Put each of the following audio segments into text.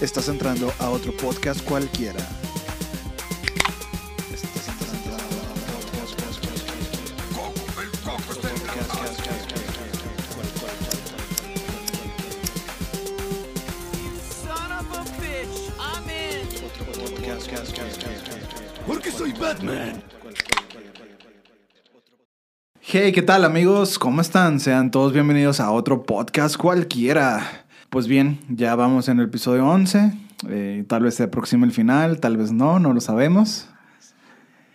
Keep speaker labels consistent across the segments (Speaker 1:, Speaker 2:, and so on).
Speaker 1: Estás entrando a otro podcast cualquiera. Estás entrando a otro podcast
Speaker 2: Son of a bitch, I'm in.
Speaker 3: Porque soy Batman.
Speaker 1: Hey, ¿qué tal amigos? ¿Cómo están? Sean todos bienvenidos a otro podcast cualquiera. Pues bien, ya vamos en el episodio 11. Eh, tal vez se aproxime el final, tal vez no, no lo sabemos.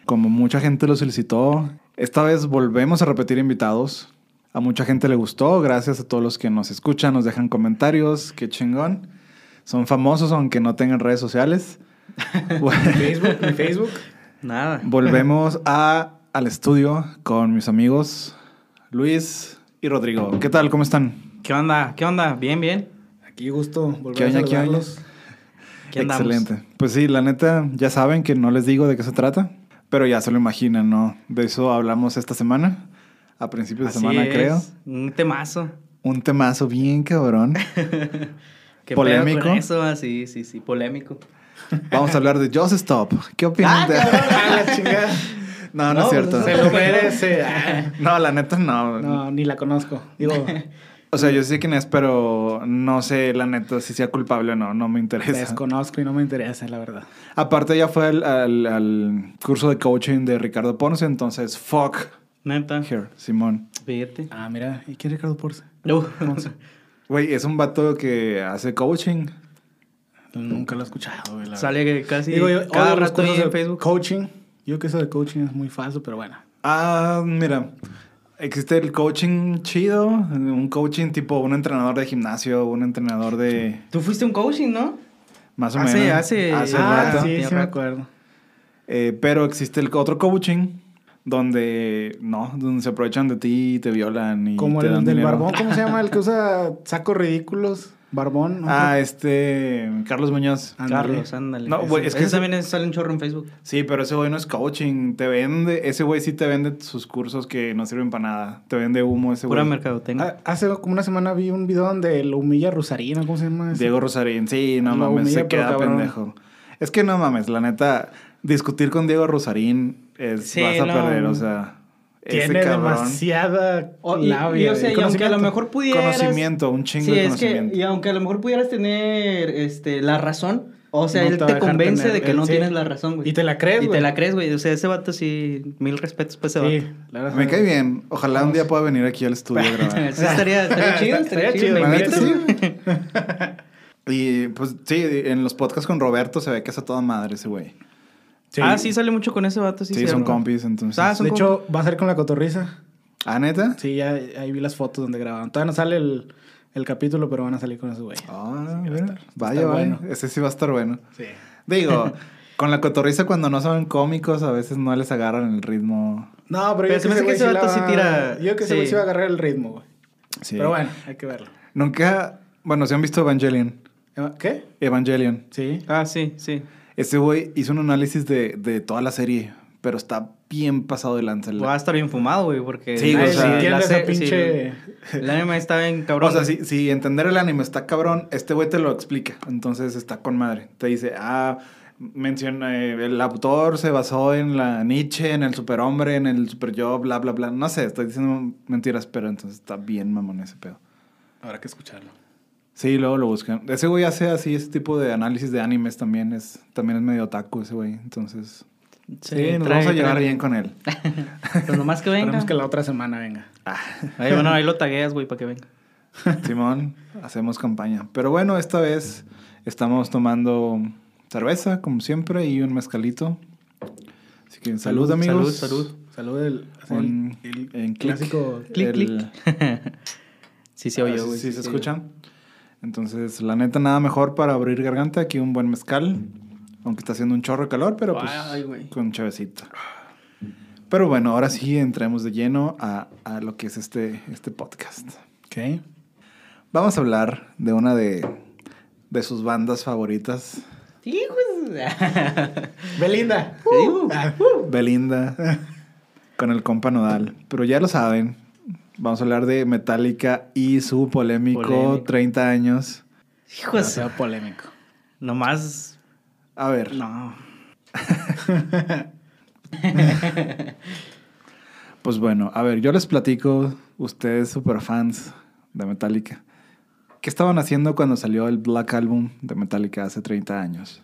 Speaker 1: Como mucha gente lo solicitó, esta vez volvemos a repetir invitados. A mucha gente le gustó, gracias a todos los que nos escuchan, nos dejan comentarios, qué chingón. Son famosos aunque no tengan redes sociales.
Speaker 4: Facebook, mi Facebook, nada.
Speaker 1: Volvemos a, al estudio con mis amigos Luis y Rodrigo. ¿Qué tal? ¿Cómo están?
Speaker 4: ¿Qué onda? ¿Qué onda? Bien, bien.
Speaker 5: Aquí gusto volver
Speaker 1: ¿Qué
Speaker 5: a
Speaker 1: oña, qué oña?
Speaker 5: saludarlos.
Speaker 4: ¿Qué andamos?
Speaker 1: Excelente. Pues sí, la neta, ya saben que no les digo de qué se trata, pero ya se lo imaginan, ¿no? De eso hablamos esta semana, a principios de
Speaker 4: Así
Speaker 1: semana,
Speaker 4: es.
Speaker 1: creo.
Speaker 4: Un temazo.
Speaker 1: Un temazo bien cabrón.
Speaker 4: ¿Qué
Speaker 1: Polémico.
Speaker 4: pedo con Eso, Ah, sí, sí, sí, polémico.
Speaker 1: Vamos a hablar de Just Stop. ¿Qué opinan de.?
Speaker 5: Ah, la chingada.
Speaker 1: no, no, pues, es cierto.
Speaker 4: pues,
Speaker 5: Se lo merece. Ah,
Speaker 1: No, la neta,
Speaker 5: No, ni la conozco. Digo,
Speaker 1: O sea, yo sé quién es, pero no sé, la neta, si sea culpable o no, no me interesa.
Speaker 5: desconozco y no me interesa, la verdad.
Speaker 1: Aparte, ya fue al, al- al curso de coaching de Ricardo Ponce, entonces, fuck
Speaker 4: Neta.
Speaker 1: here, Simón.
Speaker 4: Fíjate.
Speaker 5: Ah, mira, ¿y qué Ricardo Porce?
Speaker 4: Uh,
Speaker 1: Güey, es un vato que hace coaching.
Speaker 5: Nunca lo he escuchado, güey. la
Speaker 4: sale que casi
Speaker 5: verdad. Digo, yo
Speaker 4: cada
Speaker 5: odio los
Speaker 4: rato ahí
Speaker 5: cursos
Speaker 4: en
Speaker 5: de
Speaker 4: Facebook.
Speaker 5: Coaching. Yo que eso de coaching es muy falso, pero bueno.
Speaker 1: Ah, mira, existe el coaching chido, un coaching tipo un entrenador de gimnasio, un entrenador de
Speaker 4: Tú fuiste un coaching, ¿no?
Speaker 1: más o
Speaker 4: Hace-
Speaker 1: menos.
Speaker 4: hace-
Speaker 5: ah,
Speaker 1: rato.
Speaker 5: sí,
Speaker 4: Tiene
Speaker 5: sí me
Speaker 4: rato.
Speaker 5: acuerdo.
Speaker 1: Eh, pero existe el otro coaching donde no, donde se aprovechan de ti y te violan y
Speaker 5: Como
Speaker 1: te
Speaker 5: el
Speaker 1: dan
Speaker 5: del
Speaker 1: dinero.
Speaker 5: barbón, ¿cómo se llama? El que usa sacos ridículos. Barbón. ¿no?
Speaker 1: Ah, este Carlos Muñoz.
Speaker 5: Ándale.
Speaker 4: Carlos, ándale.
Speaker 1: No, güey, es
Speaker 4: Ese-
Speaker 1: que ese-
Speaker 4: ese también es- sale un chorro en Facebook.
Speaker 1: Sí, pero ese güey no es coaching, te vende, ese güey sí te vende sus cursos que no sirven para nada, te vende humo ese
Speaker 4: Pura
Speaker 1: güey.
Speaker 4: mercadotecnia.
Speaker 5: Ah, Hace como una semana vi un video donde lo humilla Rosarino, ¿cómo se llama? ese?
Speaker 1: Diego Rosarín, sí, no
Speaker 5: Lo
Speaker 1: mames,
Speaker 5: humilla,
Speaker 1: se
Speaker 5: pero
Speaker 1: queda
Speaker 5: cabrón.
Speaker 1: pendejo. Es que no mames, la neta, discutir con Diego Rosarín es,
Speaker 4: Sí,
Speaker 1: vas a
Speaker 4: no.
Speaker 1: perder, o sea,
Speaker 5: Tiene
Speaker 1: ese cabrón.
Speaker 5: demasiada
Speaker 4: O- y-
Speaker 5: labia.
Speaker 4: y, o sea,
Speaker 5: güey.
Speaker 4: y aunque a lo
Speaker 5: Conocimiento.
Speaker 4: mejor pudieras...
Speaker 1: Conocimiento, un chingo
Speaker 4: Sí,
Speaker 1: de
Speaker 4: es que,
Speaker 1: conocimiento.
Speaker 4: y aunque a lo mejor pudieras tener este, la razón, o sea,
Speaker 5: No
Speaker 4: él
Speaker 5: te va
Speaker 4: te
Speaker 5: a dejar
Speaker 4: convence
Speaker 5: tener-
Speaker 4: de que
Speaker 5: él
Speaker 4: no
Speaker 5: sí.
Speaker 4: tienes la razón, güey.
Speaker 5: Y te la crees,
Speaker 4: Y
Speaker 5: güey.
Speaker 4: te la crees, güey. O sea, ese vato sí, mil respetos pues ese
Speaker 5: Sí,
Speaker 4: vato.
Speaker 5: la verdad.
Speaker 1: Me cae bien, ojalá un día pueda venir aquí al estudio a grabar.
Speaker 4: Sí, estaría, estaría chido, estaría
Speaker 5: Estaría
Speaker 4: chido.
Speaker 5: chido,
Speaker 4: ¿Me
Speaker 1: la
Speaker 4: invitas,
Speaker 1: neta,
Speaker 4: güey?
Speaker 1: Y pues sí, en los podcasts con Roberto se ve que es a toda madre ese güey.
Speaker 4: Ah, sí, sale mucho con ese vato. Sí,
Speaker 1: Sí, son
Speaker 4: ¿verdad?
Speaker 1: compis, entonces.
Speaker 4: Ah, son
Speaker 5: De
Speaker 4: compis.
Speaker 5: hecho, va a ser con la cotorriza.
Speaker 1: ¿Ah, neta?
Speaker 5: Sí, ya ahí vi las fotos donde grabaron. Todavía no sale el, el capítulo, pero van a salir con esos güeyes.
Speaker 1: Ah,
Speaker 5: Sí, va a
Speaker 1: mira.
Speaker 5: estar- va a
Speaker 1: vaya,
Speaker 5: estar
Speaker 1: vaya.
Speaker 5: bueno.
Speaker 1: Ese sí va a estar bueno.
Speaker 5: Sí.
Speaker 1: Digo, con la cotorriza cuando no son cómicos, a veces no les agarran el ritmo.
Speaker 5: No, pero,
Speaker 4: Pero
Speaker 5: yo
Speaker 4: se me hace
Speaker 5: güey
Speaker 4: que ese
Speaker 5: la
Speaker 4: vato sí
Speaker 5: va-
Speaker 4: tira-
Speaker 5: Yo creo que ese
Speaker 4: sí.
Speaker 5: güey sí va a agarrar el ritmo, güey.
Speaker 1: Sí.
Speaker 5: Pero bueno, hay que verlo.
Speaker 1: Nunca, bueno, si han visto Evangelion.
Speaker 5: Eva- ¿Qué?
Speaker 1: Evangelion.
Speaker 5: Sí.
Speaker 4: Ah, sí, sí.
Speaker 1: Ese güey hizo un análisis de, de toda la serie, pero está bien pasado de lanza. el-
Speaker 4: Va a estar bien fumado, güey, porque...
Speaker 1: Sí,
Speaker 4: Ay,
Speaker 1: o sea,
Speaker 4: la
Speaker 5: entiende esa
Speaker 4: se-
Speaker 5: pinche-
Speaker 4: sí, el anime está bien cabrón.
Speaker 1: O sea,
Speaker 4: güey.
Speaker 1: si, si entender el anime está cabrón, este güey te lo explica. Entonces está con madre. Te dice, ah, menciona, eh, el autor se basó en la Nietzsche, en el superhombre, en el superyo, bla, bla, bla. No sé, estoy diciendo mentiras, pero entonces está bien mamón ese pedo.
Speaker 5: Habrá que escucharlo.
Speaker 1: Sí, luego lo buscan. Ese güey hace así ese tipo de análisis de animes también. Es, también es medio otaku ese güey. Entonces, sí, nos
Speaker 4: trae-
Speaker 1: vamos a llevar
Speaker 4: trae-
Speaker 1: bien con él.
Speaker 4: Pero nomás que venga.
Speaker 5: Esperemos que la otra semana venga.
Speaker 4: Ahí, bueno, ahí lo tagueas, güey, para que venga.
Speaker 1: Simón, hacemos campaña. Pero bueno, esta vez estamos tomando cerveza, como siempre, y un mezcalito. Así que salud, amigos.
Speaker 4: Salud, salud.
Speaker 5: Salud del
Speaker 1: Un-
Speaker 5: el,
Speaker 1: en
Speaker 5: el
Speaker 1: clic.
Speaker 5: clásico.
Speaker 4: Clic,
Speaker 1: El-
Speaker 4: clic. sí, se
Speaker 1: Ah,
Speaker 4: oyó,
Speaker 1: sí,
Speaker 4: güey.
Speaker 1: sí, se
Speaker 4: sí.
Speaker 1: escucha. Entonces, la neta, nada mejor para abrir garganta que un buen mezcal. Aunque está haciendo un chorro de calor, pero pues
Speaker 4: Ay, güey.
Speaker 1: con chavecita. Pero bueno, ahora sí entremos de lleno a, a lo que es este, este podcast.
Speaker 5: Ok.
Speaker 1: Vamos a hablar de una de, de sus bandas favoritas.
Speaker 4: Hijos.
Speaker 5: Belinda.
Speaker 4: Uh.
Speaker 5: Ah,
Speaker 1: Belinda con el compa Nodal. Pero ya lo saben, vamos a hablar de Metallica y su polémico,
Speaker 4: Polémico.
Speaker 1: 30 años.
Speaker 5: no
Speaker 4: Hijos.
Speaker 5: sea polémico. Nomás.
Speaker 1: A ver.
Speaker 5: No.
Speaker 1: Pues bueno, a ver, yo les platico, ustedes super fans de Metallica. ¿Qué estaban haciendo cuando salió el Black Album de Metallica hace 30 años?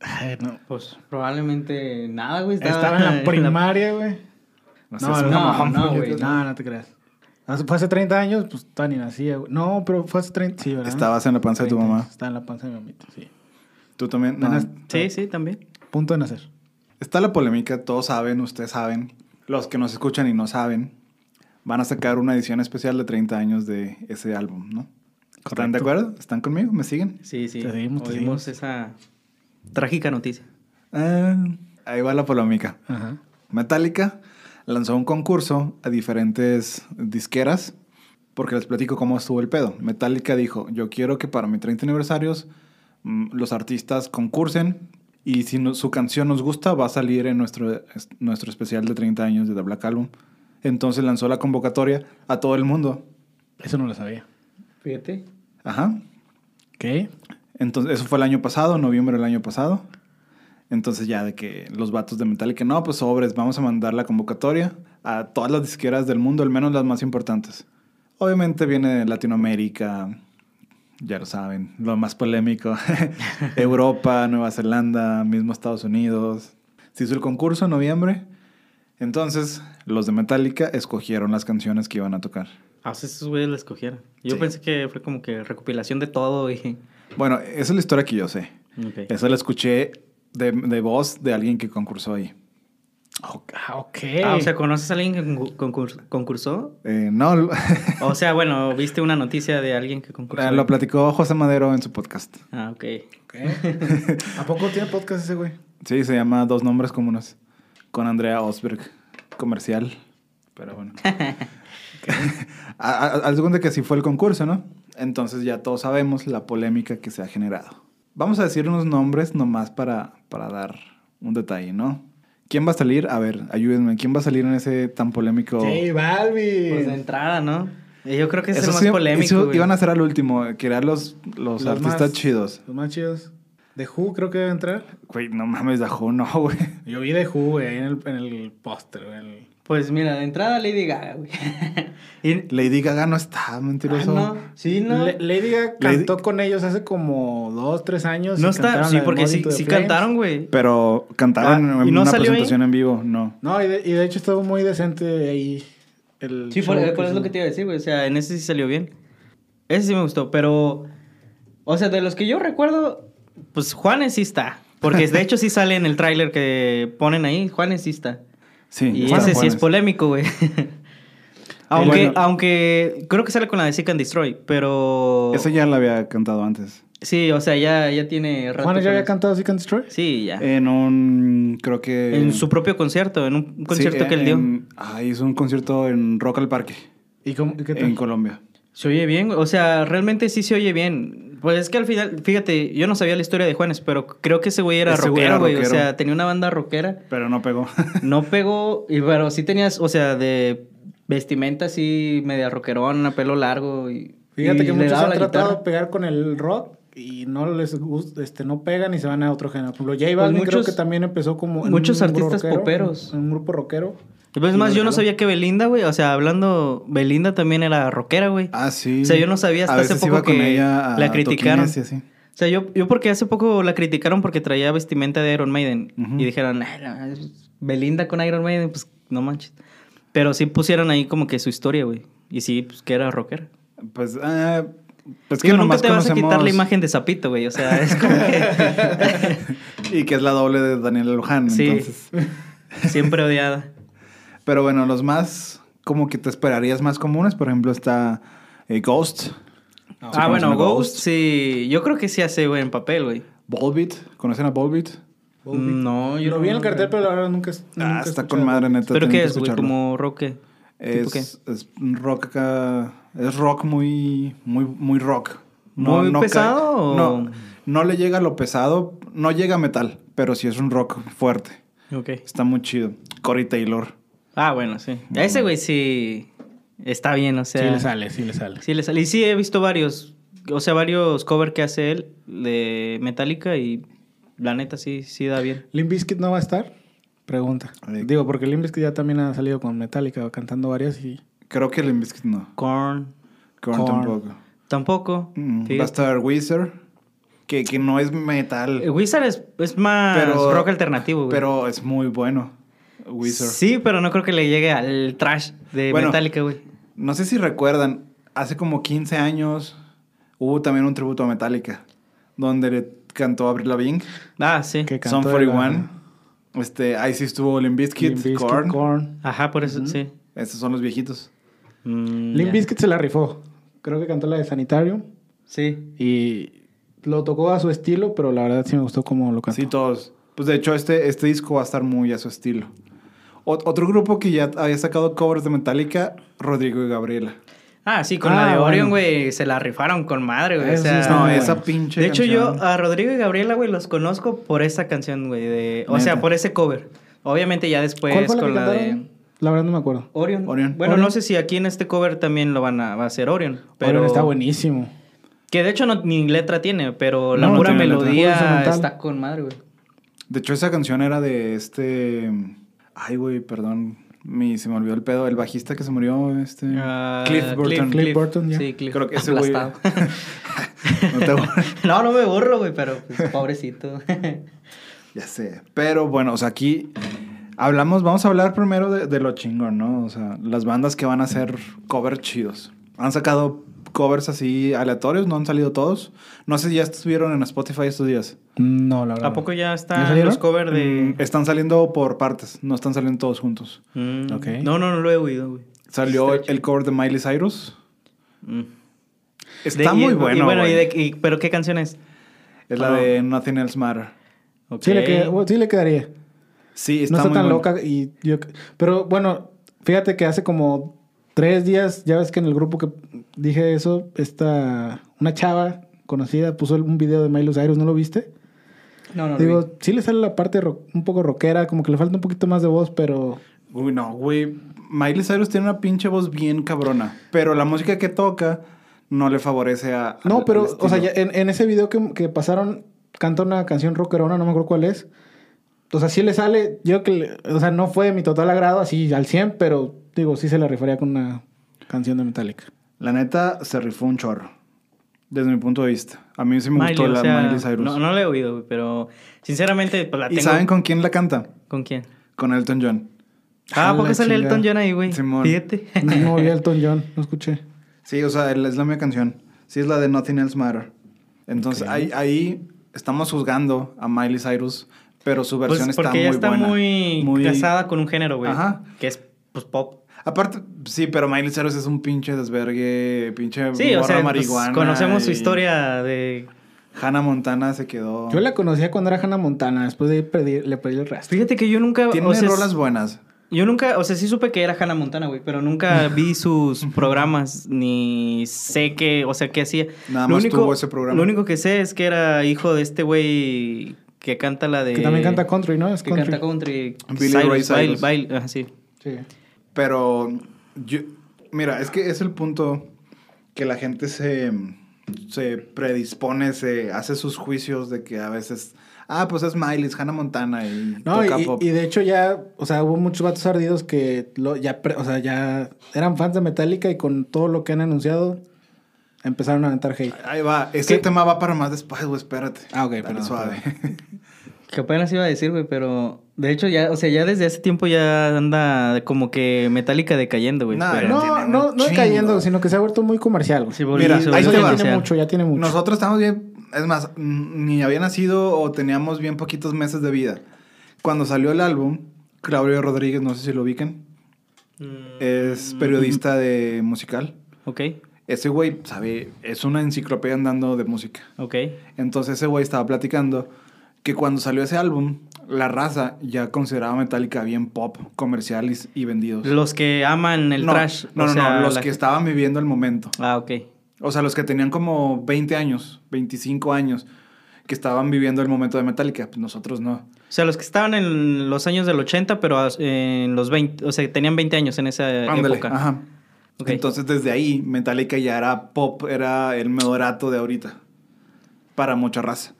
Speaker 5: Ay, no.
Speaker 4: Pues probablemente nada, güey.
Speaker 5: Estaba en la primaria, güey.
Speaker 1: No sé,
Speaker 5: No,
Speaker 1: es
Speaker 5: no,
Speaker 1: una mamá.
Speaker 5: no,
Speaker 4: mamón,
Speaker 5: no,
Speaker 4: güey,
Speaker 5: güey.
Speaker 4: no.
Speaker 5: No, no te creas. Hace- Fue hace 30 años, pues todavía ni nacía, güey. No, pero fue hace 30. Sí, ¿verdad?
Speaker 1: Estabas en la panza de tu
Speaker 5: 30
Speaker 1: mamá.
Speaker 5: años. Estaba en la panza de mi mamita, sí.
Speaker 1: Tú también. no.
Speaker 5: Apenas-
Speaker 4: Sí, sí, también.
Speaker 5: Punto de nacer.
Speaker 1: Está la polémica, todos saben, ustedes saben. Los que nos escuchan y no saben, van a sacar una edición especial de 30 años de ese álbum, ¿no? ¿Están de acuerdo? ¿Están conmigo? ¿Me siguen?
Speaker 4: Sí, sí.
Speaker 5: Te seguimos, te
Speaker 4: Oímos
Speaker 5: seguimos.
Speaker 4: esa trágica noticia.
Speaker 1: Ah, ahí va la polémica.
Speaker 5: Ajá.
Speaker 1: Metallica lanzó un concurso a diferentes disqueras porque les platico cómo estuvo el pedo. Metallica dijo, yo quiero que para mi 30 aniversarios mm, los artistas concursen y si no- su canción nos gusta va a salir en nuestro, es- nuestro especial de 30 años de The Black Album. Entonces lanzó la convocatoria a todo el mundo.
Speaker 5: Eso no lo sabía.
Speaker 4: Fíjate.
Speaker 1: Ajá.
Speaker 5: ¿Qué?
Speaker 1: Entonces, eso fue el año pasado, noviembre del año pasado. Entonces ya de que los vatos de Metallica, no, pues sobres, vamos a mandar la convocatoria a todas las disqueras del mundo, al menos las más importantes. Obviamente viene de Latinoamérica, ya lo saben, lo más polémico. Europa, Nueva Zelanda, mismo Estados Unidos. Se hizo el concurso en noviembre. Entonces, los de Metallica escogieron las canciones que iban a tocar.
Speaker 4: A veces esos güeyes la escogieron. Yo
Speaker 1: Sí.
Speaker 4: pensé que fue como que recopilación de todo y...
Speaker 1: Bueno, esa es la historia que yo sé.
Speaker 4: Ok.
Speaker 1: Eso lo escuché de, de voz de alguien que concursó ahí.
Speaker 5: Oh, ah, ok.
Speaker 4: Ah, o sea, ¿conoces a alguien que concu- concurs- concursó?
Speaker 1: Eh, no, lo,
Speaker 4: O sea, bueno, ¿viste una noticia de alguien que concursó?
Speaker 1: Ah, lo platicó José Madero en su podcast.
Speaker 4: Ah, ok.
Speaker 5: Ok. ¿A poco tiene podcast ese güey?
Speaker 1: Sí, se llama Dos Nombres Comunes. Con Andrea Osberg, comercial. Pero bueno. A- a- Haz de cuenta que así fue el concurso, ¿no? Entonces ya todos sabemos la polémica que se ha generado. Vamos a decir unos nombres nomás para, para dar un detalle, ¿no? ¿Quién va a salir? A ver, ayúdenme. ¿Quién va a salir en ese tan polémico?
Speaker 5: Sí, Balvin.
Speaker 4: Pues de entrada, ¿no? Eh, Yo creo que es
Speaker 1: Eso
Speaker 4: el más
Speaker 1: sí,
Speaker 4: polémico.
Speaker 1: eso
Speaker 4: güey.
Speaker 1: iban a hacer al último, que eran los, los,
Speaker 5: Los
Speaker 1: artistas
Speaker 5: más-
Speaker 1: chidos.
Speaker 5: Los más chidos. De Who creo que debe entrar.
Speaker 1: Güey, no mames, Dajo, no, güey.
Speaker 5: Yo vi de Who, güey, ahí en el, en el póster, güey. en el-
Speaker 4: Pues mira, de entrada Lady Gaga, güey. Y-
Speaker 1: Lady Gaga no está,
Speaker 4: Ah,
Speaker 1: mentiroso.
Speaker 4: no, sí, no.
Speaker 5: Le- Lady Gaga
Speaker 1: Lady-
Speaker 5: cantó con ellos hace como dos, tres años.
Speaker 4: no
Speaker 5: y
Speaker 4: está,
Speaker 5: cantaron
Speaker 4: sí,
Speaker 5: la de
Speaker 4: porque
Speaker 5: Mode
Speaker 4: sí,
Speaker 5: into the
Speaker 4: sí
Speaker 5: Flames.
Speaker 4: cantaron, güey.
Speaker 1: Pero cantaron
Speaker 4: Ah,
Speaker 1: en
Speaker 4: ¿y no
Speaker 1: una
Speaker 4: salió ahí?
Speaker 1: presentación en vivo, no.
Speaker 5: No, y de, y de hecho estuvo muy decente ahí el
Speaker 4: Sí,
Speaker 5: show
Speaker 4: por,
Speaker 5: que
Speaker 4: por eso es lo
Speaker 5: hizo.
Speaker 4: que te iba a decir, güey. O sea, en ese sí salió bien. Ese sí me gustó, pero. O sea, de los que yo recuerdo, pues Juanes sí está. Porque de hecho sí sale en el tráiler que ponen ahí, Juanes sí está.
Speaker 1: Sí,
Speaker 4: Y
Speaker 1: estaban
Speaker 4: ese sí es
Speaker 1: jóvenes.
Speaker 4: polémico, güey. aunque,
Speaker 1: bueno.
Speaker 4: aunque creo que sale con la de Seek and Destroy, pero.
Speaker 1: Esa ya la había cantado antes.
Speaker 4: Sí, o sea, ya, ya tiene rato
Speaker 5: Juanes ya
Speaker 4: con
Speaker 5: había
Speaker 4: eso.
Speaker 5: cantado Seek and Destroy.
Speaker 4: Sí, ya.
Speaker 1: En un, creo que...
Speaker 5: Eh,
Speaker 4: en su propio concierto, en un un concierto
Speaker 1: sí,
Speaker 4: que él dio.
Speaker 1: en- Ah, hizo un concierto en Rock al Parque,
Speaker 5: ¿Y cómo, y qué tal?
Speaker 1: en Colombia.
Speaker 4: Se oye bien, güey. o sea, realmente sí se oye bien. Pues es que al final, fíjate, yo no sabía la historia de Juanes, pero creo que ese güey era
Speaker 1: Ese güey
Speaker 4: rockero,
Speaker 1: era
Speaker 4: güey. O
Speaker 1: rockero.
Speaker 4: sea, tenía una banda rockera.
Speaker 1: Pero no pegó.
Speaker 4: No pegó, y, pero sí tenías, o sea, de vestimenta así, media rockerona, pelo largo. Y,
Speaker 5: Fíjate
Speaker 4: y le
Speaker 5: que muchos
Speaker 4: daba
Speaker 5: han
Speaker 4: la
Speaker 5: tratado de
Speaker 4: guitarra.
Speaker 5: pegar con el rock y no les gusta, este, no pegan y se van a otro género. Por ejemplo, J
Speaker 4: Pues
Speaker 5: Balvin creo
Speaker 4: muchos-
Speaker 5: que también empezó como
Speaker 4: muchos
Speaker 5: grupo
Speaker 4: artistas poperos.
Speaker 5: En un grupo rockero.
Speaker 4: Pero pues, es
Speaker 5: Y
Speaker 4: más,
Speaker 5: lo
Speaker 4: yo no
Speaker 5: jaló.
Speaker 4: sabía que Belinda, güey, o sea, hablando, Belinda también era rockera, güey.
Speaker 1: Ah, sí.
Speaker 4: O sea, yo no sabía hasta
Speaker 1: A
Speaker 4: hace
Speaker 1: veces
Speaker 4: poco
Speaker 1: iba con
Speaker 4: que
Speaker 1: ella a
Speaker 4: la criticaron.
Speaker 1: toquines y así.
Speaker 4: O sea, yo, yo porque hace poco la criticaron porque traía vestimenta de Iron Maiden.
Speaker 1: Ujú.
Speaker 4: Y dijeron, "Ay, no, es Belinda con Iron Maiden, pues no manches. Pero sí pusieron ahí como que su historia, güey. Y sí, pues que era rocker.
Speaker 1: Pues, ah, pues que
Speaker 4: Digo, nunca
Speaker 1: nomás
Speaker 4: te vas a quitar la
Speaker 1: conocemos-
Speaker 4: imagen de Zapito, güey. O sea, es como que
Speaker 1: Y que es la doble de Daniela Luján,
Speaker 4: Sí.
Speaker 1: entonces.
Speaker 4: siempre odiada.
Speaker 1: Pero bueno, los más como que te esperarías más comunes, por ejemplo, está eh, Ghost. ¿Sí
Speaker 4: ah, bueno,
Speaker 1: conocen a
Speaker 4: Ghost, sí. Yo creo que sí hace buen papel, güey.
Speaker 1: Volbeat, ¿conocen a Volbeat?
Speaker 4: No, yo
Speaker 5: Yo lo vi en el
Speaker 4: no-
Speaker 5: cartel, pero la verdad nunca.
Speaker 1: Ah,
Speaker 5: nunca he
Speaker 1: está
Speaker 5: escuchado.
Speaker 1: con madre neta.
Speaker 4: Pero
Speaker 1: tienen
Speaker 4: qué
Speaker 1: que
Speaker 4: es, güey,
Speaker 1: escucharlo.
Speaker 4: como roque. ¿Tipo qué?
Speaker 1: es, es un rock acá, es rock muy, muy, muy rock.
Speaker 4: ¿Muy
Speaker 1: ca-
Speaker 4: pesado o-
Speaker 1: No, no le llega a lo pesado, no llega a metal, pero sí es un rock fuerte.
Speaker 4: Ok.
Speaker 1: Está muy chido. Corey Taylor.
Speaker 4: Ah, bueno, sí. A ese güey sí está bien, o sea.
Speaker 5: Sí le sale, sí le sale.
Speaker 4: Sí, le sale. Y sí, he visto varios. o sea, varios covers que hace él de Metallica y la neta sí, sí da bien.
Speaker 5: ¿Limp Bizkit no va a estar? Pregunta.
Speaker 1: Eh.
Speaker 5: Digo, porque Limp Bizkit ya también ha salido con Metallica cantando varias y...
Speaker 1: Creo que Limp Bizkit no.
Speaker 4: Korn
Speaker 1: Korn,
Speaker 5: Korn.
Speaker 1: tampoco.
Speaker 4: tampoco.
Speaker 1: Mm,
Speaker 4: Fíjate.
Speaker 1: va a estar Wizard, que, que no es
Speaker 4: Eh,
Speaker 1: metal,
Speaker 4: Wizard es, es más
Speaker 1: Pero-
Speaker 4: rock alternativo, güey.
Speaker 1: pero es muy bueno. Wizard.
Speaker 4: Sí, pero no creo que le llegue al trash de
Speaker 1: Bueno.
Speaker 4: Metallica, güey.
Speaker 1: No sé si recuerdan, hace como 15 años hubo también un tributo a Metallica, donde le cantó Avril Lavigne,
Speaker 4: Ah, sí.
Speaker 5: Que
Speaker 1: Son
Speaker 5: cantó de la-
Speaker 1: 41. Este, ahí sí estuvo Limp Bizkit,
Speaker 5: Limp Bizkit,
Speaker 1: Korn.
Speaker 5: Korn.
Speaker 4: Ajá, por eso, sí.
Speaker 1: Esos son los viejitos.
Speaker 4: Mm,
Speaker 5: Limp
Speaker 4: ya.
Speaker 5: Bizkit se la rifó. Creo que cantó la de Sanitarium
Speaker 4: Sí.
Speaker 5: y lo tocó a su estilo, pero la verdad sí me gustó cómo lo cantó.
Speaker 1: Así todos. Pues de hecho, este, este disco va a estar muy a su estilo. Ot- otro grupo que ya había sacado covers de Metallica, Rodrigo y Gabriela.
Speaker 4: Ah, sí, con
Speaker 5: Ah,
Speaker 4: la de
Speaker 5: bueno.
Speaker 4: Orion, güey, se la rifaron con madre, güey. O
Speaker 5: Eso sí
Speaker 4: sea,
Speaker 5: está
Speaker 1: No,
Speaker 5: muy
Speaker 1: esa
Speaker 5: bueno.
Speaker 1: pinche.
Speaker 4: Ah, De hecho,
Speaker 1: canción.
Speaker 4: yo a Rodrigo y Gabriela, güey, los conozco por esa canción, güey. de- O sea,
Speaker 1: Neta.
Speaker 4: por ese cover. Obviamente ya después
Speaker 5: ¿Cuál fue la que
Speaker 4: con la, de
Speaker 5: cantaron? La verdad no me acuerdo.
Speaker 4: Orion.
Speaker 1: Orion.
Speaker 4: Bueno,
Speaker 5: Orion.
Speaker 4: no sé si aquí en este cover también lo van a, va a hacer Orion. Pero
Speaker 5: Pero está buenísimo.
Speaker 4: Que de hecho no, ni letra tiene, pero la
Speaker 1: No, no
Speaker 4: pura
Speaker 1: tiene letra.
Speaker 4: melodía
Speaker 5: Puro instrumental.
Speaker 4: está con madre, güey.
Speaker 1: De hecho, esa canción era de este. Ay, güey, perdón. Mi, se me olvidó el pedo. El bajista que se murió, este.
Speaker 4: Ah,
Speaker 1: Cliff Burton.
Speaker 5: Cliff Burton, ya.
Speaker 4: Sí, Cliff.
Speaker 1: Creo que ese güey-
Speaker 4: Aplastado.
Speaker 1: No te burles.
Speaker 4: no, no me burlo, güey, pero pues, pobrecito.
Speaker 1: Ya sé. Pero bueno, o sea, aquí hablamos, vamos a hablar primero de, de lo chingón, ¿no? O sea, las bandas que van a hacer covers chidos. Han sacado covers así aleatorios, no han salido todos. No sé si ya estuvieron en Spotify estos días.
Speaker 5: No, la verdad.
Speaker 4: ¿A poco ya
Speaker 5: ¿Ya
Speaker 4: están
Speaker 5: salieron?
Speaker 4: los covers de...?
Speaker 1: Mm, Están saliendo por partes, no están saliendo todos juntos.
Speaker 4: Mm,
Speaker 5: Ok.
Speaker 4: No, no, no lo he oído, güey.
Speaker 1: Salió
Speaker 4: Está
Speaker 1: el cover de Miley Cyrus.
Speaker 4: Mm.
Speaker 1: Está
Speaker 4: De- y-
Speaker 1: muy
Speaker 4: y
Speaker 1: bueno.
Speaker 4: y
Speaker 1: güey.
Speaker 4: de- y- ¿Pero qué canción es?
Speaker 1: Es la
Speaker 4: Ah.
Speaker 1: de Nothing Else Matter.
Speaker 4: Ok.
Speaker 5: Sí, le queda- bueno, sí le quedaría.
Speaker 1: Sí, está
Speaker 5: no está
Speaker 1: muy
Speaker 5: tan
Speaker 1: bueno.
Speaker 5: loca y yo... Pero bueno, fíjate que hace como tres días, ya ves que en el grupo que dije eso, esta... Una chava conocida puso un video de Miley Cyrus, ¿no lo viste?
Speaker 4: No, no,
Speaker 5: Digo,
Speaker 4: lo vi.
Speaker 5: sí le sale la parte ro- un poco rockera, como que le falta un poquito más de voz, pero...
Speaker 1: Uy, no, güey. Miley Cyrus tiene una pinche voz bien cabrona. Pero la música que toca no le favorece a. al-
Speaker 5: No,
Speaker 1: al
Speaker 5: pero, o sea,
Speaker 1: estilo.
Speaker 5: ya
Speaker 4: eh.
Speaker 5: en, en ese video que, que pasaron, canta una canción rockerona, no me acuerdo cuál es. O sea, sí le sale, yo que, le- o sea, no fue de mi total agrado así al 100, pero digo, sí se la rifaría con una canción de Metallica.
Speaker 1: La neta se rifó un chorro. Desde mi punto de vista. A mí sí me
Speaker 4: Miley,
Speaker 1: gustó
Speaker 4: o
Speaker 1: la
Speaker 4: sea,
Speaker 1: Miley Cyrus.
Speaker 4: No, no la he oído, güey, pero sinceramente pues la
Speaker 1: ¿Y
Speaker 4: tengo...
Speaker 1: saben con quién la canta?
Speaker 4: ¿Con quién?
Speaker 1: Con Elton John.
Speaker 4: Ah,
Speaker 5: A
Speaker 4: ¿por
Speaker 5: la
Speaker 4: qué sale
Speaker 5: chingada.
Speaker 4: Elton John ahí, güey?
Speaker 1: Simón.
Speaker 4: Fíjate.
Speaker 5: No vi a Elton John, no escuché.
Speaker 1: Sí, o sea, el- es la misma canción. Sí, es la de Nothing Else Matter. Entonces, ahí, ahí estamos juzgando a Miley Cyrus, pero su
Speaker 4: Pues
Speaker 1: versión está
Speaker 4: porque
Speaker 1: muy
Speaker 4: ya está
Speaker 1: buena.
Speaker 4: muy, casada con un género, güey.
Speaker 1: Ajá.
Speaker 4: Que es, pues, pop.
Speaker 1: Aparte, sí, pero Miley Cyrus es un pinche desvergue, pinche
Speaker 4: Sí, o
Speaker 1: morra
Speaker 4: sea, pues,
Speaker 1: marihuana.
Speaker 4: conocemos su
Speaker 1: y
Speaker 4: historia de...
Speaker 1: Hannah Montana se quedó.
Speaker 5: Yo la conocía cuando era Hannah Montana, después de ahí perdí- le perdí el rastro.
Speaker 4: Fíjate que yo nunca...
Speaker 1: Tiene
Speaker 4: o sea,
Speaker 1: rolas buenas.
Speaker 4: Yo nunca, o sea, sí supe que era Hannah Montana, güey, pero nunca vi sus programas ni sé qué, o sea, qué hacía.
Speaker 1: Nada más tuvo ese programa.
Speaker 4: Lo único que sé es que era hijo de este güey que canta la de.
Speaker 5: que también canta country, ¿no? Es
Speaker 4: Que
Speaker 5: country.
Speaker 4: canta country.
Speaker 1: Billy Ray Cyrus.
Speaker 4: Bail- Bail- ajá, sí.
Speaker 5: Sí.
Speaker 1: Pero yo, mira, es que es el punto que la gente se, se predispone, se hace sus juicios de que a veces, ah, pues es Miley, es Hannah Montana y
Speaker 5: No,
Speaker 1: toca
Speaker 5: y,
Speaker 1: pop.
Speaker 5: y de hecho ya, o sea, hubo muchos vatos ardidos que lo- ya, pre- o sea, ya eran fans de Metallica y con todo lo que han anunciado empezaron a aventar hate.
Speaker 1: Ahí va, ese
Speaker 4: ¿Qué?
Speaker 1: tema va para más después, güey, espérate.
Speaker 5: Ah, ok,
Speaker 1: Dale
Speaker 5: perdón,
Speaker 1: suave.
Speaker 4: Que apenas iba a decir, güey, pero. De hecho, ya, o sea, ya desde hace tiempo ya anda como que metálica decayendo, güey.
Speaker 1: Nah,
Speaker 4: pero-
Speaker 1: no,
Speaker 5: No, no, no
Speaker 1: chingo.
Speaker 5: cayendo, sino que se ha vuelto muy comercial. güey.
Speaker 4: Sí,
Speaker 5: Eso
Speaker 4: volvió-
Speaker 1: Mira,
Speaker 4: se
Speaker 1: ahí
Speaker 4: volvió
Speaker 1: te va.
Speaker 5: ya
Speaker 4: comercial.
Speaker 5: tiene mucho, ya tiene mucho.
Speaker 1: Nosotros estamos bien, es más, mm, ni había nacido o teníamos bien poquitos meses de vida. Cuando salió el álbum, Claudio Rodríguez, no sé si lo ubican, es periodista de musical.
Speaker 4: Mm, Ok,
Speaker 1: Ese güey, sabe, es una enciclopedia andando de música.
Speaker 4: ok.
Speaker 1: Entonces ese güey estaba platicando que cuando salió ese álbum, la raza ya consideraba a Metallica bien pop, comerciales y vendidos.
Speaker 4: Los que aman el
Speaker 1: no,
Speaker 4: trash.
Speaker 1: No,
Speaker 4: o
Speaker 1: no,
Speaker 4: sea,
Speaker 1: no, los
Speaker 4: la-
Speaker 1: que estaban viviendo el momento.
Speaker 4: Ah, ok.
Speaker 1: O sea, los que tenían como 20 años, 25 años, que estaban viviendo el momento de Metallica. Pues nosotros no.
Speaker 4: O sea, los que estaban en los años del 80, pero as- en los 20, o sea, tenían 20 años en esa
Speaker 1: Ándale,
Speaker 4: Eh, época.
Speaker 1: ajá.
Speaker 4: Ok.
Speaker 1: Entonces, desde ahí, Metallica ya era pop, era el medorato de ahorita. Para mucha raza.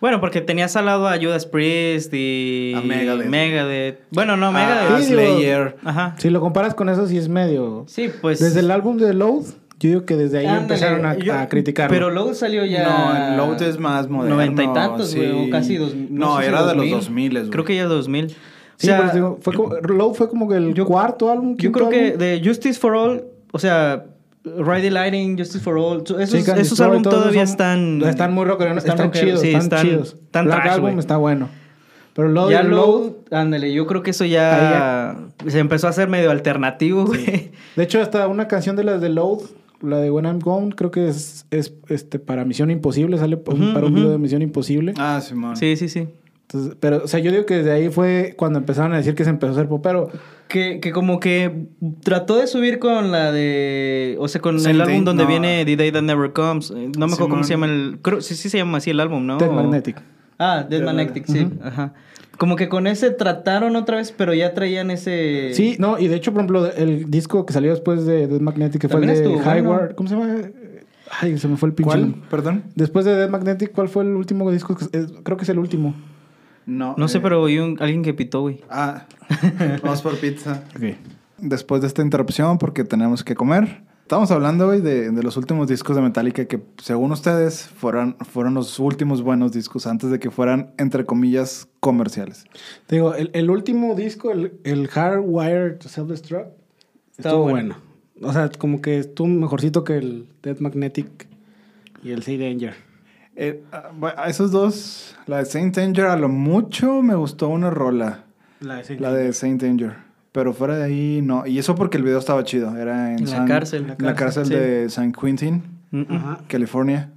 Speaker 4: Bueno, porque tenías al lado a Judas Priest y.
Speaker 1: A Megadeth. Ah,
Speaker 4: Megadeth. Bueno, no,
Speaker 1: A
Speaker 4: Megadeth.
Speaker 5: sí, digo-
Speaker 1: Slayer.
Speaker 4: Ajá.
Speaker 5: Si lo comparas con eso, sí es medio.
Speaker 4: Sí, pues. Ah,
Speaker 5: desde el álbum de Load, yo digo que desde ahí
Speaker 4: Ándale,
Speaker 5: empezaron a,
Speaker 4: yo-
Speaker 5: a criticarlo.
Speaker 4: Pero luego salió ya.
Speaker 1: No, el Load es más moderno.
Speaker 4: Noventa y tantos, güey,
Speaker 1: sí.
Speaker 4: o casi dos.
Speaker 1: No,
Speaker 4: sé si
Speaker 1: era de los
Speaker 4: 2000.
Speaker 1: 2000, güey.
Speaker 4: Creo que ya 2000. O
Speaker 5: Sí,
Speaker 4: sea,
Speaker 5: por eso digo, fue como, Load fue como que el
Speaker 4: yo-
Speaker 5: cuarto álbum.
Speaker 4: yo
Speaker 5: quinto
Speaker 4: creo que
Speaker 5: álbum.
Speaker 4: de Justice for All, o sea, Ride the Lighting, Justice for All, so- esos,
Speaker 5: Sí, Candy
Speaker 4: esos
Speaker 5: Floyd,
Speaker 4: álbumes
Speaker 5: todos
Speaker 4: todavía
Speaker 5: son-
Speaker 4: están.
Speaker 5: Están muy rockeros, están,
Speaker 4: rockeros,
Speaker 5: chidos,
Speaker 4: sí,
Speaker 5: están, chidos.
Speaker 4: Están
Speaker 5: Black
Speaker 4: trash,
Speaker 5: Album
Speaker 4: güey.
Speaker 5: está bueno. Pero Load,
Speaker 4: Ya
Speaker 5: y
Speaker 4: Load, ándale, yo creo que eso ya
Speaker 5: Ahí
Speaker 4: se empezó a hacer medio alternativo, güey.
Speaker 5: De hecho, hasta una canción de las de Load, la de When I'm Gone, creo que es, es, este, para Misión Imposible, sale pa-
Speaker 4: Ujú,
Speaker 5: para un
Speaker 4: ujú.
Speaker 5: video de Misión Imposible.
Speaker 1: Ah, Simón.
Speaker 4: Sí, sí, sí.
Speaker 5: Entonces, pero, o sea, yo digo que desde ahí fue cuando empezaron a decir que se empezó a hacer popero.
Speaker 4: Que, que como que trató de subir con la de. O sea, con
Speaker 1: Same
Speaker 4: el
Speaker 1: Day,
Speaker 4: álbum donde
Speaker 1: no.
Speaker 4: viene The Day That Never Comes. Eh, No me acuerdo cómo
Speaker 1: Simón.
Speaker 4: se llama el. Creo, sí, sí se llama así el álbum, ¿no?
Speaker 5: Ted
Speaker 4: O-
Speaker 5: Magnetic.
Speaker 4: Ah, Dead Magnetic, sí.
Speaker 5: Ujú.
Speaker 4: Ajá. Como que con ese trataron otra vez, pero ya traían ese.
Speaker 5: Sí, no, y de hecho, por ejemplo, el disco que salió después de Dead Magnetic, que fue el
Speaker 4: También
Speaker 5: de
Speaker 4: estuvo bueno.
Speaker 5: Highward. ¿Cómo se llama? Ay, se me fue el pinche.
Speaker 1: ¿Cuál?
Speaker 5: nombre.
Speaker 1: Perdón.
Speaker 5: Después de Dead Magnetic, ¿cuál fue el último disco? que- es- creo que es el último.
Speaker 1: No.
Speaker 4: No sé,
Speaker 1: eh,
Speaker 4: pero oí un- alguien que pitó, güey.
Speaker 1: Ah, vamos por pizza. Después de esta interrupción, porque tenemos que comer. Estamos hablando, güey, de, de los últimos discos de Metallica que, según ustedes, fueron, fueron los últimos buenos discos antes de que fueran, entre comillas, comerciales.
Speaker 5: Te digo, el, el último disco, el, el Hardwired to Self-Destruct,
Speaker 4: Estaba
Speaker 5: estuvo
Speaker 4: bueno.
Speaker 5: bueno. O sea, como que estuvo mejorcito que el Dead Magnetic y el Sea Danger.
Speaker 1: Eh, ah, bueno, a esos dos, la de Saint Anger, a lo mucho me gustó una rola,
Speaker 5: La de,
Speaker 1: la de Saint Anger. Pero fuera de ahí, no. Y eso porque el video estaba chido. Era en
Speaker 4: En la
Speaker 1: San-
Speaker 4: cárcel.
Speaker 1: en la cárcel
Speaker 4: Sí.
Speaker 1: de San Quentin,
Speaker 4: Mm, mm.
Speaker 5: Ajá.
Speaker 1: California.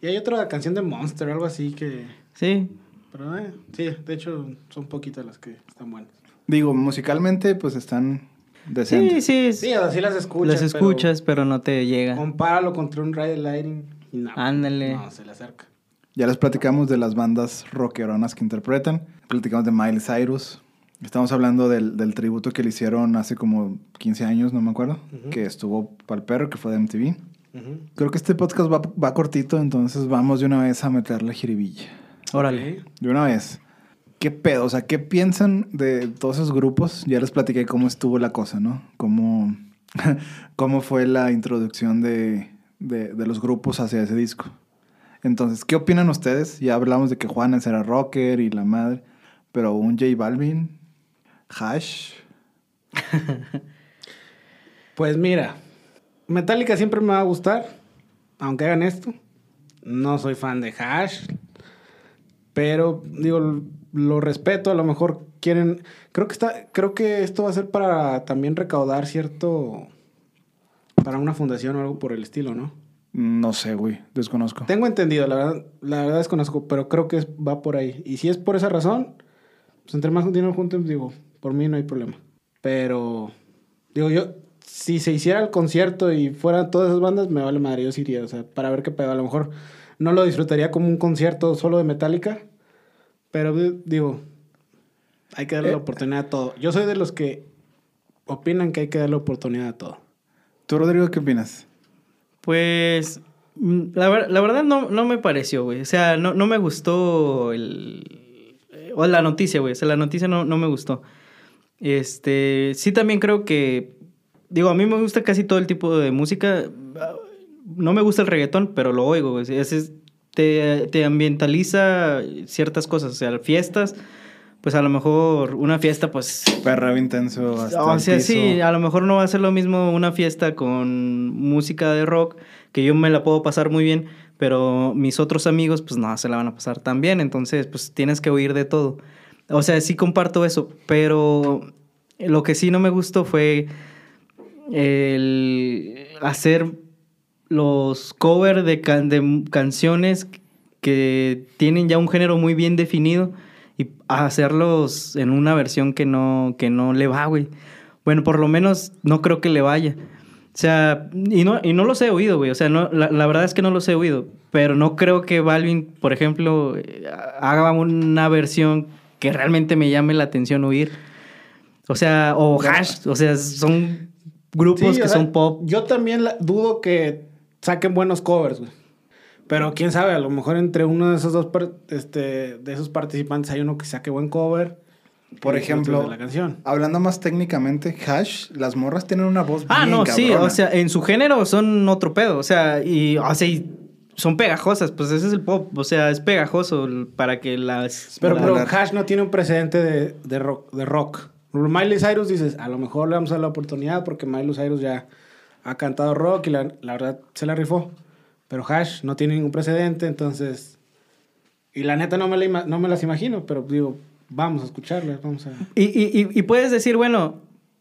Speaker 5: Y hay otra canción de Monster, algo así que...
Speaker 4: Sí.
Speaker 5: Pero eh, sí, de hecho son poquitas las que están buenas.
Speaker 1: Digo, musicalmente, pues están
Speaker 4: Sí,
Speaker 1: decentes.
Speaker 4: sí.
Speaker 5: Sí, así las escuchas.
Speaker 4: Las escuchas, pero, no te
Speaker 5: pero
Speaker 4: llega.
Speaker 5: compáralo contra un Ride Lighting y no.
Speaker 4: Ándale.
Speaker 5: No, se le acerca.
Speaker 1: Ya les platicamos de las bandas rockeronas que interpretan. Platicamos de Miley Cyrus. Estamos hablando del, del tributo que le hicieron hace como 15 años, no me acuerdo. Que estuvo pal perro, que fue de MTV.
Speaker 5: Ujú.
Speaker 1: Creo que este podcast va, va cortito, entonces vamos de una vez a meter la jiribilla.
Speaker 4: Órale.
Speaker 5: Ok.
Speaker 1: De una vez. ¿Qué pedo? O sea, ¿qué piensan de todos esos grupos? Ya les platiqué cómo estuvo la cosa, ¿no? Cómo, cómo fue la introducción de, de- de los grupos hacia ese disco. Entonces, ¿qué opinan ustedes? Ya hablamos de que Juanes era rocker y la madre, pero un J Balvin, Hash.
Speaker 5: Pues mira, Metallica siempre me va a gustar, aunque hagan esto. No soy fan de Hash, pero digo, lo- lo respeto, a lo mejor quieren, creo que está creo que esto va a ser para también recaudar cierto para una fundación o algo por el estilo, ¿no?
Speaker 1: No sé, güey, desconozco.
Speaker 5: Tengo entendido, la verdad, la verdad desconozco, pero creo que es- va por ahí. Y si es por esa razón, pues entre más dinero juntos, digo, por mí no hay problema. Pero, digo, yo, si se hiciera el concierto y fueran todas esas bandas, me vale madre, yo sí iría, o sea, para ver qué pedo. A lo mejor no lo disfrutaría como un concierto solo de Metallica, pero di- digo, hay que darle la oportunidad a todo. Yo soy de los que opinan que hay que darle oportunidad a todo.
Speaker 1: ¿Tú, Rodrigo, qué opinas?
Speaker 4: Pues. mm, La, ver- la verdad no, no me pareció, güey. O sea, no, no me gustó el. eh, O la noticia, güey. O sea, la noticia no, no me gustó. Este. Sí, también creo que. Digo, a mí me gusta casi todo el tipo de música. Ah, No me gusta el reggaetón, pero lo oigo, güey. Es- es- te, te ambientaliza ciertas cosas. O sea, fiestas. Pues a lo mejor una fiesta, pues
Speaker 1: Perreo intenso hasta
Speaker 4: o
Speaker 1: el
Speaker 4: sea,
Speaker 1: piso.
Speaker 4: sí, a lo mejor no va a ser lo mismo una fiesta con música de rock, que yo me la puedo pasar muy bien, pero mis otros amigos, pues no, se la van a pasar tan bien, entonces, pues tienes que huir de todo. O sea, sí comparto eso, pero lo que sí no me gustó fue el hacer los covers de, can- de canciones que tienen ya un género muy bien definido y hacerlos en una versión que no, que no le va, güey. Bueno, por lo menos no creo que le vaya. O sea, y no, y no los he oído, güey. O sea, no, la, la verdad es que no los he oído. Pero no creo que Balvin, por ejemplo, eh, haga una versión que realmente me llame la atención oír. O sea, o Hash. O sea, son
Speaker 5: Sí,
Speaker 4: grupos que
Speaker 5: o sea,
Speaker 4: son pop.
Speaker 5: Yo también la- dudo que saquen buenos covers, güey. Pero quién sabe, a lo mejor entre uno de esos dos par- este, de esos participantes hay uno que saque buen cover.
Speaker 1: Por
Speaker 5: Y otro
Speaker 1: ejemplo,
Speaker 5: de la canción.
Speaker 1: hablando más técnicamente, Hash, las morras tienen una voz
Speaker 4: Ah,
Speaker 1: bien
Speaker 4: no, sí,
Speaker 1: cabrona.
Speaker 4: o sea, en su género son otro pedo, o sea, y o sea, y son pegajosas, pues ese es el pop, o sea, es pegajoso el- para que las
Speaker 5: Pero,
Speaker 4: la-
Speaker 5: pero
Speaker 1: Popular.
Speaker 5: Hash no tiene un precedente de, de rock, de rock. Miley Cyrus dices, a lo mejor le vamos a dar la oportunidad porque Miley Cyrus ya ha cantado rock y la, la verdad se la rifó. Pero Hash no tiene ningún precedente, entonces... Y la neta no me, la ima- no me las imagino, pero digo, vamos a escucharlas, vamos a...
Speaker 4: Y, y- y- y puedes decir, bueno,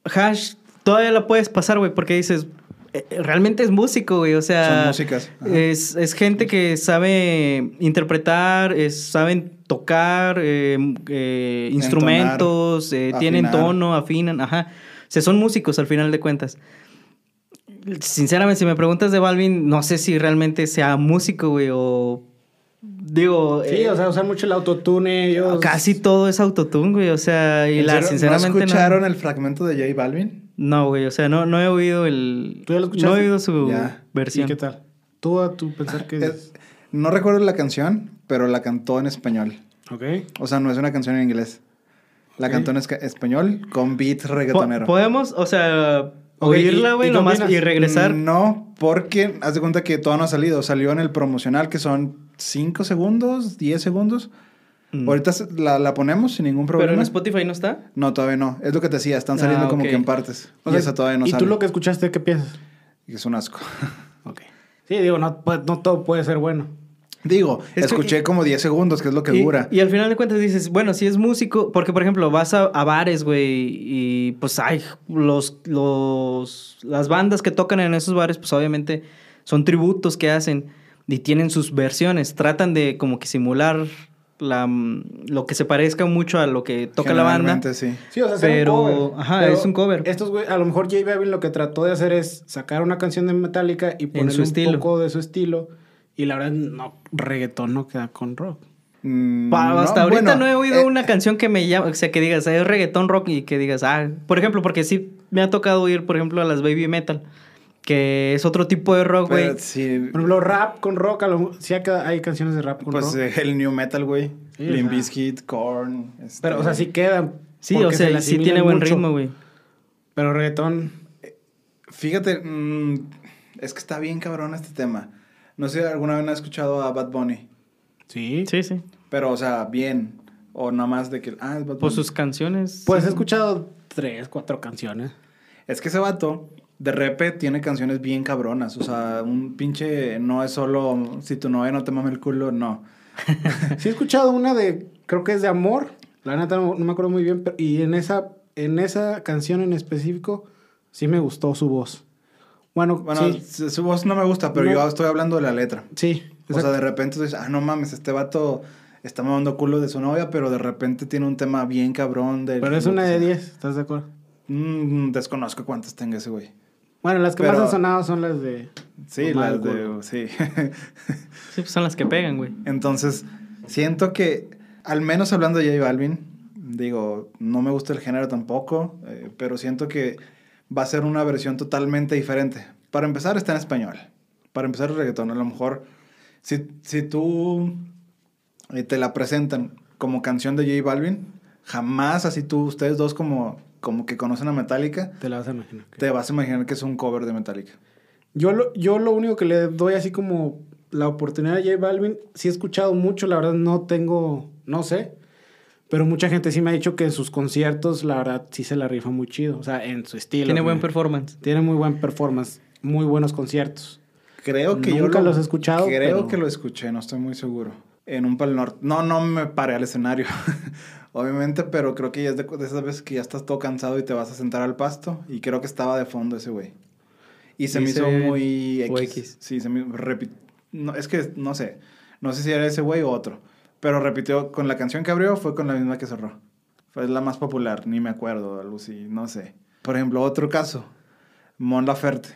Speaker 4: Hash, todavía la puedes pasar, güey, porque dices, eh, eh, realmente es músico, güey, o sea...
Speaker 1: Son músicas, ajá.
Speaker 4: Es, es gente que sabe interpretar, es- saben tocar eh, eh, instrumentos, eh,
Speaker 1: afinar.
Speaker 4: tienen tono, afinan, ajá. O sea, son músicos al final de cuentas. Sinceramente, si me preguntas de Balvin, no sé si realmente sea músico, güey, o... Digo...
Speaker 5: Sí,
Speaker 4: eh,
Speaker 5: o sea, usar mucho el autotune, ellos...
Speaker 4: Casi todo es autotune, güey. O sea, y
Speaker 1: ¿En
Speaker 4: la,
Speaker 1: serio?
Speaker 4: sinceramente.
Speaker 1: ¿No escucharon el fragmento de J Balvin?
Speaker 4: No, güey, o sea, no, no he oído el.
Speaker 5: ¿Tú ya lo escuchaste?
Speaker 4: No he oído su
Speaker 1: Ya.
Speaker 5: ¿Y
Speaker 4: versión.
Speaker 5: qué tal? Tú a tu pensar que
Speaker 1: Es-
Speaker 5: es...
Speaker 1: no recuerdo la canción, pero la cantó en español.
Speaker 5: Ok.
Speaker 1: O sea, no es una canción en inglés. La
Speaker 5: Ok.
Speaker 1: cantó en esca- español con beat
Speaker 4: Po-
Speaker 1: reggaetonero.
Speaker 4: Podemos, o sea,
Speaker 5: Ok, ¿y-
Speaker 4: oírla, güey,
Speaker 5: y qué
Speaker 4: nomás
Speaker 5: opinas?
Speaker 4: y regresar.
Speaker 1: Mm, No, porque haz de cuenta que todavía no ha salido. Salió en el promocional que son 5 segundos, 10 segundos.
Speaker 4: Mm.
Speaker 1: Ahorita se- la, la ponemos sin ningún
Speaker 4: Pero en
Speaker 1: problema.
Speaker 4: Spotify no está.
Speaker 1: no, todavía no. Es lo que te decía, están
Speaker 4: Ah,
Speaker 1: saliendo como
Speaker 4: ok.
Speaker 1: que en partes.
Speaker 5: O
Speaker 1: y
Speaker 5: sea,
Speaker 1: esa todavía no
Speaker 5: ¿Y
Speaker 1: sale.
Speaker 5: tú lo que escuchaste, qué piensas?
Speaker 1: Es un asco.
Speaker 5: Ok. Sí, digo, no, pues, no todo puede ser bueno.
Speaker 1: Digo,
Speaker 4: Es que-
Speaker 1: escuché como 10 segundos, que es lo que
Speaker 4: Y,
Speaker 1: dura.
Speaker 4: y al final de cuentas dices, bueno, si es músico, porque por ejemplo vas a, a bares, güey, y pues hay los, los, las bandas que tocan en esos bares, pues obviamente son tributos que hacen y tienen sus versiones, tratan de como que simular la, mm, lo que se parezca mucho a lo que toca la banda.
Speaker 1: Generalmente, sí.
Speaker 5: Sí, o sea, hacer un
Speaker 4: Pero-
Speaker 5: cover.
Speaker 4: ajá, es un cover.
Speaker 5: Estos güey, a lo mejor J Balvin lo que trató de hacer es sacar una canción de Metallica y ponerle
Speaker 4: su
Speaker 5: un
Speaker 4: estilo.
Speaker 5: poco de su estilo. Y la verdad, no, reggaetón no queda con rock.
Speaker 1: Mm,
Speaker 4: Pa-
Speaker 1: no,
Speaker 4: hasta ahorita
Speaker 1: bueno,
Speaker 4: no he oído
Speaker 1: eh,
Speaker 4: una canción que me llama, o sea, que digas, "Ah, es reggaetón rock y que digas, ah, por ejemplo, porque sí me ha tocado oír, por ejemplo, a las baby metal, que es otro tipo de rock, güey.
Speaker 1: pero pues, sí,
Speaker 5: Por ejemplo, rap con rock, a lo, sí hay, hay canciones de rap con
Speaker 1: pues
Speaker 5: rock.
Speaker 1: eh, el new metal, güey.
Speaker 5: Sí,
Speaker 1: Limp
Speaker 5: o sea.
Speaker 1: Bizkit, Korn. este-
Speaker 5: Pero, o sea, sí quedan.
Speaker 4: Sí,
Speaker 5: porque
Speaker 4: o
Speaker 5: se
Speaker 4: sea,
Speaker 5: le
Speaker 4: sí
Speaker 5: asimilan
Speaker 4: tiene buen
Speaker 5: mucho.
Speaker 4: ritmo, güey.
Speaker 5: Pero reggaetón,
Speaker 1: Fíjate, mm, es que está bien cabrón este tema. No sé si alguna vez han escuchado a Bad Bunny,
Speaker 5: sí.
Speaker 4: Sí, sí.
Speaker 1: pero, o sea, bien. O nada más de que, ah, es Bad Bunny.
Speaker 4: Pues sus canciones.
Speaker 5: Pues he
Speaker 4: sí.
Speaker 5: escuchado tres, cuatro canciones.
Speaker 1: Es que ese vato, de repe, tiene canciones bien cabronas. O sea, un pinche no es solo si tu novia no te mame el culo, no.
Speaker 5: Sí he escuchado una de, creo que es de amor. La neta no, no me acuerdo muy bien. pero- y en esa, en esa canción en específico, sí me gustó su voz. Bueno,
Speaker 1: Bueno,
Speaker 5: sí.
Speaker 1: su su voz no me gusta, pero
Speaker 5: No.
Speaker 1: yo estoy hablando de la letra.
Speaker 5: Sí.
Speaker 1: O sea,
Speaker 5: exacto.
Speaker 1: de repente tú dices, ah, no mames, este vato está mamando culo de su novia, pero de repente tiene un tema bien cabrón. Del,
Speaker 5: pero es una de 10, ¿estás de acuerdo?
Speaker 1: Mm, desconozco cuántas tenga ese güey.
Speaker 5: Bueno, las que
Speaker 1: Pero-
Speaker 5: más han sonado son las de...
Speaker 1: Sí,
Speaker 5: Mamá
Speaker 1: las
Speaker 5: del
Speaker 1: de.
Speaker 5: culo.
Speaker 1: Sí.
Speaker 4: Sí, pues son las que pegan, güey.
Speaker 1: Entonces, siento que, al menos hablando de J Balvin, digo, no me gusta el género tampoco, eh, pero siento que va a ser una versión totalmente diferente. Para empezar, está en español. Para empezar, el reggaetón. A lo mejor, si, si tú eh, te la presentan como canción de J Balvin, jamás así tú, ustedes dos como, como que conocen a Metallica,
Speaker 5: Te la vas a imaginar.
Speaker 1: te vas a imaginar que es un cover de Metallica.
Speaker 5: Yo lo, yo lo único que le doy así como la oportunidad a J Balvin, sí he escuchado mucho, la verdad no tengo, no sé, pero mucha gente sí me ha dicho que en sus conciertos, la verdad sí se la rifa muy chido, o sea, en su estilo.
Speaker 4: Tiene buen
Speaker 5: güey.
Speaker 4: performance.
Speaker 5: Tiene muy buen performance, muy buenos conciertos.
Speaker 1: Creo que yo
Speaker 5: Nunca
Speaker 1: lo-
Speaker 5: los he escuchado,
Speaker 1: Creo
Speaker 5: pero-
Speaker 1: que lo escuché, no estoy muy seguro. En un Pal Norte. No, no me paré al escenario. Obviamente, pero creo que ya es de, de esas veces que ya estás todo cansado y te vas a sentar al pasto. Y creo que estaba de fondo ese güey. Y se
Speaker 4: Y
Speaker 1: me
Speaker 4: se
Speaker 1: hizo
Speaker 4: ve
Speaker 1: muy
Speaker 4: o
Speaker 1: X.
Speaker 4: X.
Speaker 1: Sí, se me repitió. No, es que no sé. No sé si era ese güey o otro. Pero repitió con la canción que abrió, fue con la misma que cerró. Fue la más popular, ni me acuerdo, algo así, no sé. Por ejemplo, otro caso. Mon Laferte.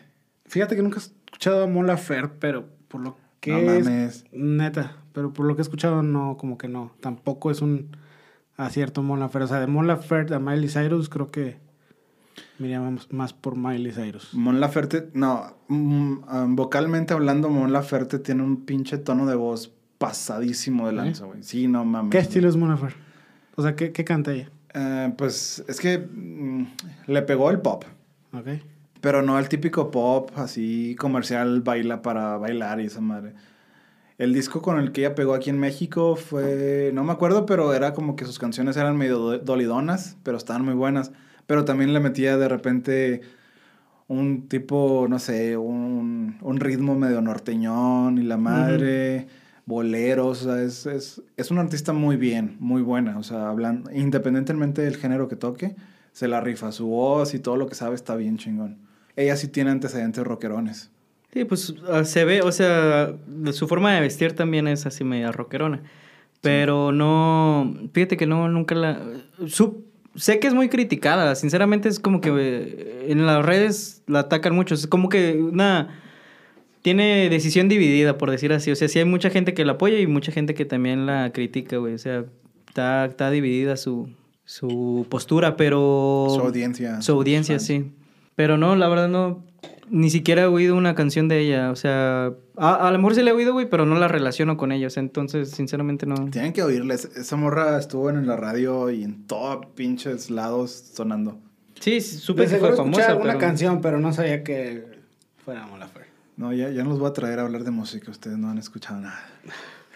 Speaker 5: Fíjate que nunca he escuchado a Mola Fer, pero por lo que
Speaker 1: No
Speaker 5: es-
Speaker 1: mames.
Speaker 5: neta, pero por lo que he escuchado no, como que no, tampoco es un acierto Mola Fer, o sea, de Mola Fer a Miley Cyrus creo que Me iría más- más por Miley Cyrus.
Speaker 1: Mon Laferte, no, mm, um, vocalmente hablando, Mon Laferte tiene un pinche tono de voz pasadísimo de lanza, güey. Sí, no mames.
Speaker 5: ¿Qué estilo es Monafer? O sea, ¿qué, qué canta ella?
Speaker 1: Eh, pues es que mm, le pegó el pop,
Speaker 5: ¿Ok?
Speaker 1: pero no el típico pop así comercial, baila para bailar y esa madre. El disco con el que ella pegó aquí en México fue, no me acuerdo, pero era como que sus canciones eran medio do- dolidonas, pero estaban muy buenas. Pero también le metía de repente un tipo, no sé, un, un ritmo medio norteñón y la madre, boleros, o sea, es, es, es una artista muy bien, muy buena, o sea, hablando, independientemente del género que toque, se la rifa, su voz y todo lo que sabe está bien chingón. Ella sí tiene antecedentes rockerones.
Speaker 4: Sí, pues ah, se ve, o sea, de su forma de vestir también es así media rockerona. Pero no, fíjate que no, nunca la... su- sé que es muy criticada, sinceramente es como que eh, en las redes la atacan mucho, es como que una... Tiene decisión dividida, por decir así. O sea, sí hay mucha gente que la apoya y mucha gente que también la critica, güey. O sea, está, está dividida su, su postura, pero...
Speaker 1: Su audiencia.
Speaker 4: Oh, Su audiencia,
Speaker 1: Fans.
Speaker 4: sí. Pero no, la verdad no. Ni siquiera he oído una canción de ella. O sea, a, a lo mejor sí la he oído, güey, pero no la relaciono con ellos. Entonces, sinceramente, no.
Speaker 1: Tienen que oírles. Esa morra estuvo en la radio y en todos pinches lados sonando.
Speaker 4: Sí, supe
Speaker 5: De
Speaker 4: que
Speaker 5: Pues, seguro
Speaker 4: fue
Speaker 5: escuché
Speaker 4: famosa.
Speaker 5: alguna
Speaker 4: pero-
Speaker 5: canción, pero no sabía que fuera Monafer.
Speaker 1: No, ya, ya no los voy a traer a hablar de música. Ustedes no han escuchado nada.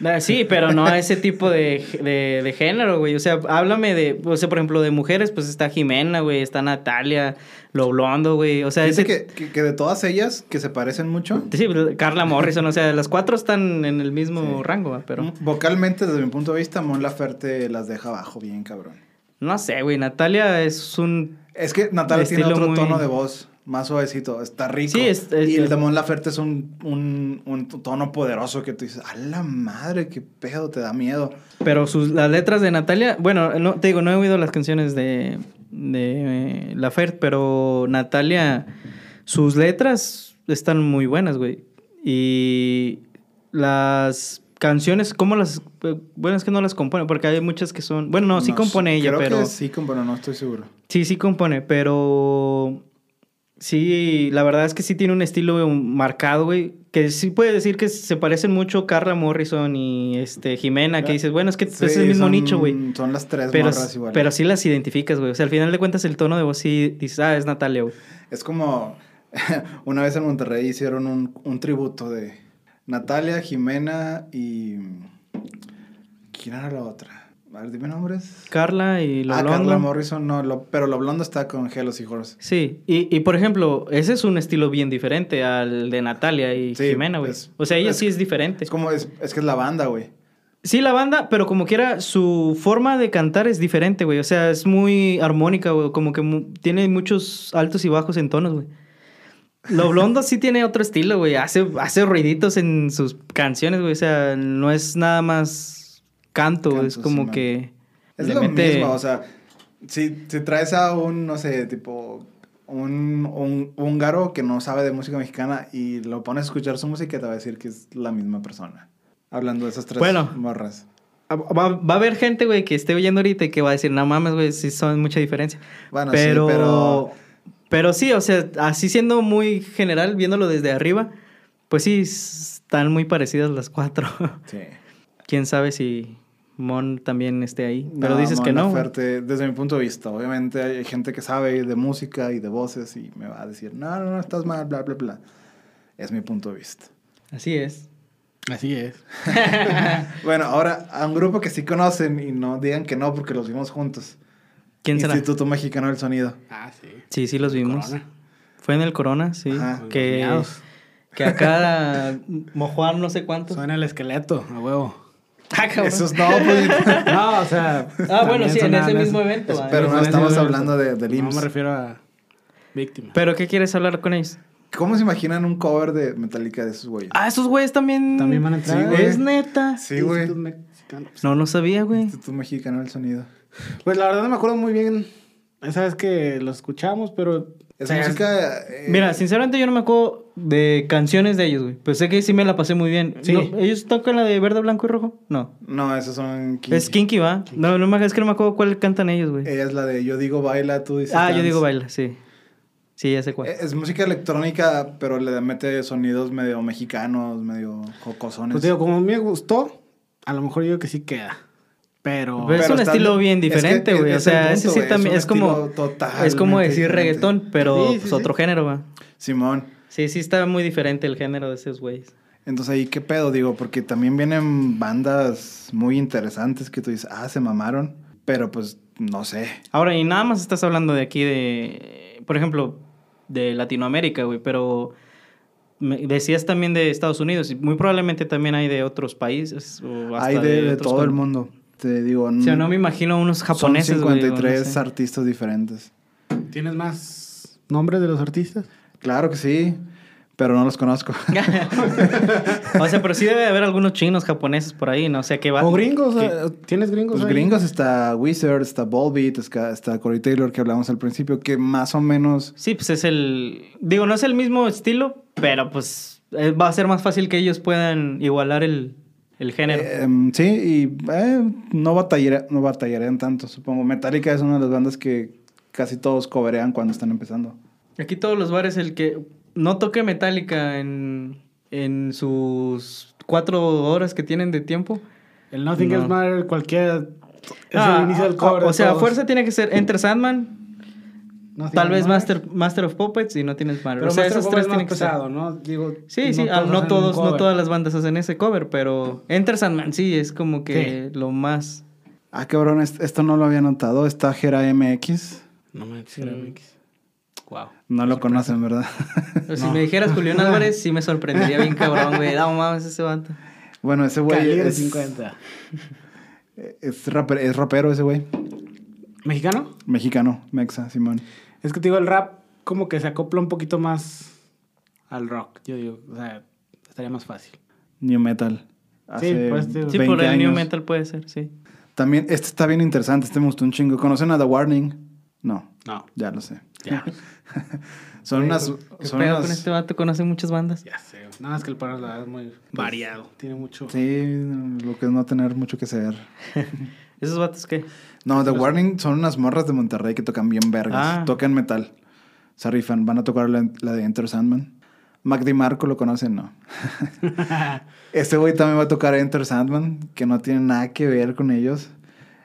Speaker 4: Ah, Sí, pero no a ese tipo de, de, de género, güey. O sea, háblame de, o sea, por ejemplo, de mujeres, pues está Jimena, güey, está Natalia, Loblondo, güey. O sea,
Speaker 1: Dice
Speaker 4: ese,
Speaker 1: que, que, que de todas ellas, que se parecen mucho,
Speaker 4: sí, pues, Carla Morrison, o sea, las cuatro están en el mismo rango, ah, pero...
Speaker 1: mm, vocalmente, desde mi punto de vista, Mon Laferte las deja abajo bien cabrón.
Speaker 4: No sé, güey, Natalia es un...
Speaker 1: Es que Natalia tiene
Speaker 4: Estilo
Speaker 1: otro
Speaker 4: muy-
Speaker 1: tono de voz más suavecito. Está rico.
Speaker 4: Sí, es- es-
Speaker 1: y el de Mon Laferte es un, un, un tono poderoso que tú dices, a la madre, qué pedo, te da miedo.
Speaker 4: Pero sus, las letras de Natalia, bueno, no, te digo, no he oído las canciones de, de eh, Lafert, pero Natalia, sus letras están muy buenas, güey. Y las canciones, ¿cómo las...? eh, Bueno, es que no las compone, porque hay muchas que son... Bueno, no, sí
Speaker 1: sé,
Speaker 4: compone ella,
Speaker 1: creo
Speaker 4: pero...
Speaker 1: Que sí compone, no estoy seguro.
Speaker 4: Sí, sí compone, pero sí, la verdad es que sí tiene un estilo marcado, güey. Que sí puede decir que se parecen mucho Carla Morrison y este Jimena, que dices, bueno, es que es
Speaker 1: Ah,
Speaker 4: el
Speaker 1: Sí,
Speaker 4: mismo
Speaker 1: son-
Speaker 4: nicho, güey.
Speaker 1: Son las tres
Speaker 4: Pero,
Speaker 1: morras iguales.
Speaker 4: pero sí las identificas, güey. O sea, al final de cuentas el tono de voz sí dices, ah, es Natalia, güey.
Speaker 1: Es como una vez en Monterrey hicieron un, un tributo de Natalia, Jimena y. ¿Quién era la otra? A ver, dime nombres.
Speaker 4: Carla y lo
Speaker 1: ah, Carla Morrison, no, lo- pero lo blondo está con Hellos y Horse.
Speaker 4: Sí, y, y por ejemplo, ese es un estilo bien diferente al de Natalia y
Speaker 1: Sí,
Speaker 4: Jimena, güey.
Speaker 1: es-
Speaker 4: O sea, ella
Speaker 1: es-
Speaker 4: sí es diferente.
Speaker 1: Es como, es, es que es la banda, güey.
Speaker 4: Sí, la banda, pero como quiera, su forma de cantar es diferente, güey. O sea, es muy armónica, güey. Como que mu- tiene muchos altos y bajos en tonos, güey. Lo blondo sí tiene otro estilo, güey. Hace, hace ruiditos en sus canciones, güey. O sea, no es nada más canto, güey. es
Speaker 1: Canto,
Speaker 4: como
Speaker 1: sí,
Speaker 4: que.
Speaker 1: Es
Speaker 4: le
Speaker 1: lo
Speaker 4: mete-
Speaker 1: mismo, o sea, si, si traes a un, no sé, tipo, un, un húngaro que no sabe de música mexicana y lo pones a escuchar su música, te va a decir que es la misma persona. Hablando de esas tres
Speaker 4: Bueno.
Speaker 1: morras.
Speaker 4: Va, va a haber gente, güey, que esté oyendo ahorita y que va a decir, no mames, güey, sí son mucha diferencia.
Speaker 1: Bueno, sí,
Speaker 4: pero,
Speaker 1: pero-
Speaker 4: pero... sí, o sea, así siendo muy general, viéndolo desde arriba, pues sí, s- están muy parecidas las cuatro.
Speaker 1: Sí.
Speaker 4: Quién sabe si Mon también esté ahí. Pero
Speaker 1: No,
Speaker 4: dices que
Speaker 1: Mon
Speaker 4: no. güey.
Speaker 1: Laferte, desde mi punto de vista, obviamente hay gente que sabe de música y de voces y me va a decir, no, no, no, estás mal, bla, bla, bla. Es mi punto de vista.
Speaker 4: Así es.
Speaker 5: Así es.
Speaker 1: Bueno, ahora a un grupo que sí conocen y no digan que no porque los vimos juntos.
Speaker 4: ¿Quién será?
Speaker 1: Instituto Mexicano del Sonido.
Speaker 5: Ah, sí.
Speaker 4: Sí, sí los vimos.
Speaker 5: Corona.
Speaker 4: Fue en el Corona, sí.
Speaker 1: Ajá.
Speaker 4: Que,
Speaker 5: Alineados.
Speaker 4: que acá Mojuan no sé cuántos.
Speaker 5: Suena el esqueleto, a huevo.
Speaker 4: Ah, cabrón.
Speaker 1: Esos no, pues,
Speaker 5: No, o sea.
Speaker 4: Ah, bueno,
Speaker 5: también
Speaker 4: sí, en
Speaker 5: sonaban
Speaker 4: ese
Speaker 5: esos.
Speaker 4: mismo evento. ah,
Speaker 1: pero
Speaker 4: en
Speaker 1: no
Speaker 4: ese
Speaker 1: estamos
Speaker 4: mismo evento.
Speaker 1: hablando de, del
Speaker 5: No
Speaker 1: IMSS.
Speaker 5: me refiero a víctima.
Speaker 4: ¿Pero qué quieres hablar con ellos?
Speaker 1: ¿Cómo se imaginan un cover de Metallica de esos güeyes?
Speaker 4: Ah, esos güeyes también.
Speaker 5: También van a entrar.
Speaker 1: Sí, güey.
Speaker 4: Es neta.
Speaker 1: Sí, pues. güey.
Speaker 5: Instituto Mexicano.
Speaker 4: No, no sabía, güey.
Speaker 1: Instituto Mexicano del Sonido.
Speaker 5: Pues la verdad no me acuerdo muy bien. Esa vez que lo escuchamos, pero.
Speaker 1: Es
Speaker 5: pues, o sea,
Speaker 1: música... eh,
Speaker 4: Mira, sinceramente yo no me acuerdo de canciones de ellos, güey. Pero sé que sí me la pasé muy bien.
Speaker 5: Sí.
Speaker 4: No, ¿Ellos tocan la de verde, blanco y rojo? No.
Speaker 1: No, esos son...
Speaker 4: Es Kinky, ¿va? No, no me, es que no me acuerdo cuál cantan ellos, güey.
Speaker 1: Ella es la de Yo digo baila, tú dices
Speaker 4: ah,
Speaker 1: Eh,
Speaker 4: yo
Speaker 1: dance. Eh,
Speaker 4: digo baila, pues. sí. Sí, ya sé cuál.
Speaker 1: Es, es música electrónica, pero le mete sonidos medio mexicanos, medio jocosones.
Speaker 5: Pues digo, como me gustó, a lo mejor yo digo que sí queda. Pero.
Speaker 4: Pero es
Speaker 1: pero
Speaker 4: un
Speaker 1: está-
Speaker 4: estilo bien
Speaker 1: es que
Speaker 4: diferente, güey.
Speaker 1: es
Speaker 4: O
Speaker 1: el
Speaker 4: sea,
Speaker 1: punto,
Speaker 4: ese sí
Speaker 1: güey, es
Speaker 4: también
Speaker 1: un
Speaker 4: es como.
Speaker 1: estilo
Speaker 4: Es como
Speaker 1: totalmente
Speaker 4: decir
Speaker 1: diferente.
Speaker 4: reggaetón, pero
Speaker 5: Sí, sí,
Speaker 4: pues,
Speaker 5: sí.
Speaker 4: otro género, va.
Speaker 1: Simón.
Speaker 4: Sí, sí está muy diferente el género de esos güeyes.
Speaker 1: Entonces ahí qué pedo, digo, porque también vienen bandas muy interesantes que tú dices, ah, se mamaron, pero pues no sé.
Speaker 4: Ahora, y nada más estás hablando de aquí de, por ejemplo, de Latinoamérica, güey, pero me- decías también de Estados Unidos y muy probablemente también hay de otros países. O hasta
Speaker 1: Hay de, de
Speaker 4: otros
Speaker 1: todo
Speaker 4: con-
Speaker 1: el mundo. Te digo,
Speaker 4: O sea, no me imagino unos japoneses,
Speaker 1: son
Speaker 4: güey, o no
Speaker 1: 53
Speaker 4: sé.
Speaker 1: artistas diferentes.
Speaker 5: ¿Tienes más nombres de los artistas?
Speaker 1: Claro que sí, pero no los conozco.
Speaker 4: o sea, pero sí debe haber algunos chinos japoneses por ahí, ¿no? O sea, que va...
Speaker 5: ¿O gringos?
Speaker 4: que-
Speaker 5: eh, ¿Tienes gringos?
Speaker 4: Pues
Speaker 1: Los
Speaker 5: ahí?
Speaker 1: gringos está Wizard, está Volbeat, está, está Corey Taylor que hablamos al principio, que más o menos
Speaker 4: Sí, pues es el... Digo, no es el mismo estilo, pero pues eh, va a ser más fácil que ellos puedan igualar el, el género.
Speaker 1: Eh, em, sí, y eh, no, batallaré, no batallarían tanto, supongo. Metallica es una de las bandas que casi todos coberean cuando están empezando.
Speaker 4: Aquí todos los bares, el que no toque Metallica en, en sus cuatro horas que tienen de tiempo.
Speaker 5: El Nothing
Speaker 4: No.
Speaker 5: Else Matter, cualquiera. Es
Speaker 4: Ah,
Speaker 5: el inicio del
Speaker 4: o-
Speaker 5: cover.
Speaker 4: O,
Speaker 5: de
Speaker 4: sea,
Speaker 5: todos.
Speaker 4: fuerza tiene que ser Enter Sandman,
Speaker 5: Nothing
Speaker 4: tal
Speaker 5: Else
Speaker 4: vez
Speaker 5: Matter.
Speaker 4: Master, Master of Puppets y No Tienes Matter.
Speaker 5: Pero
Speaker 4: o sea,
Speaker 5: Master
Speaker 4: esos
Speaker 5: Bob
Speaker 4: tres
Speaker 5: es más
Speaker 4: tienen que
Speaker 5: pesado, ¿no? Digo,
Speaker 4: ser. Sí, sí, ah, no
Speaker 5: hacen un
Speaker 4: todos, no
Speaker 5: cover.
Speaker 4: todas las bandas hacen ese cover, pero Enter Sandman sí es como que lo más.
Speaker 1: Ah, cabrón, est- esto no lo había notado. Está Gera MX.
Speaker 5: No manches, era Mix. Wow.
Speaker 1: No lo conocen, ¿verdad?
Speaker 4: Pero Si me dijeras Julián Álvarez, sí me sorprendería bien cabrón, güey. No mames ese vato.
Speaker 1: bueno, ese güey
Speaker 5: Calibre
Speaker 1: es,
Speaker 5: 50.
Speaker 1: es, raper- es rapero ese güey.
Speaker 5: ¿Mexicano?
Speaker 1: Mexicano, Mexa, Simón.
Speaker 5: Es que te digo, el rap como que se acopla un poquito más al rock. Yo digo, o sea, estaría más fácil.
Speaker 1: New Metal. Hace
Speaker 5: pues, tío.
Speaker 4: Sí,
Speaker 1: 20
Speaker 4: por el New
Speaker 1: años.
Speaker 4: Metal puede ser, sí.
Speaker 1: También, este está bien interesante, este me gustó un chingo. ¿Conocen a The Warning? No,
Speaker 5: No,
Speaker 1: ya lo sé.
Speaker 5: ya,
Speaker 1: Son unas...
Speaker 4: ¿Qué
Speaker 1: Son
Speaker 4: pedo
Speaker 1: unas-
Speaker 4: con este vato? Conoce muchas bandas.
Speaker 5: ya sé. Nada más que el paro la verdad, es
Speaker 4: Pues,
Speaker 5: muy variado. Tiene mucho.
Speaker 1: Sí, lo que es no tener mucho que hacer.
Speaker 4: ¿Esos vatos qué?
Speaker 1: No, The Warning son unas morras de Monterrey que tocan bien vergas.
Speaker 4: Ah.
Speaker 1: Tocan metal. Se rifan. Van a tocar la, la de Enter Sandman. Mac DiMarco lo conocen, ¿no? este güey también va a tocar Enter Sandman, que no tiene nada que ver con ellos.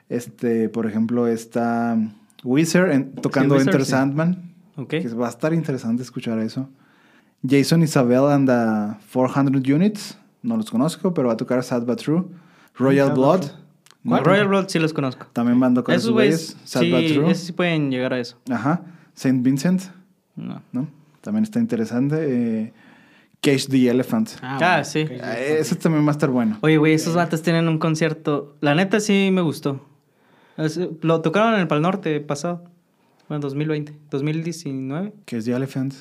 Speaker 1: Este, por ejemplo, está Wizard en- tocando
Speaker 4: Wizard,
Speaker 1: Enter
Speaker 4: sí.
Speaker 1: Sandman.
Speaker 4: Ok.
Speaker 1: Que va a estar interesante escuchar eso. Jason Isabel and the 400 Units. No los conozco, pero va a tocar Sad But True. Royal
Speaker 5: Sad But
Speaker 1: Blood.
Speaker 4: Bueno, Royal Blood sí los conozco.
Speaker 1: También van a tocar
Speaker 4: Esos güeyes
Speaker 1: Sad But
Speaker 4: sí,
Speaker 1: True.
Speaker 4: esos sí pueden llegar a eso.
Speaker 1: Ajá. Saint Vincent,
Speaker 4: No.
Speaker 1: ¿no? También está interesante. Eh, Cage the Elephant.
Speaker 4: Ah,
Speaker 5: bueno,
Speaker 4: sí.
Speaker 5: ok,
Speaker 1: Ah, ese también va a estar bueno.
Speaker 4: Oye, güey, esos vatos tienen un concierto. La neta sí me gustó. Es- Lo tocaron en el Pal Norte pasado. Bueno, 2020. 2019.
Speaker 1: Cage the Elephant.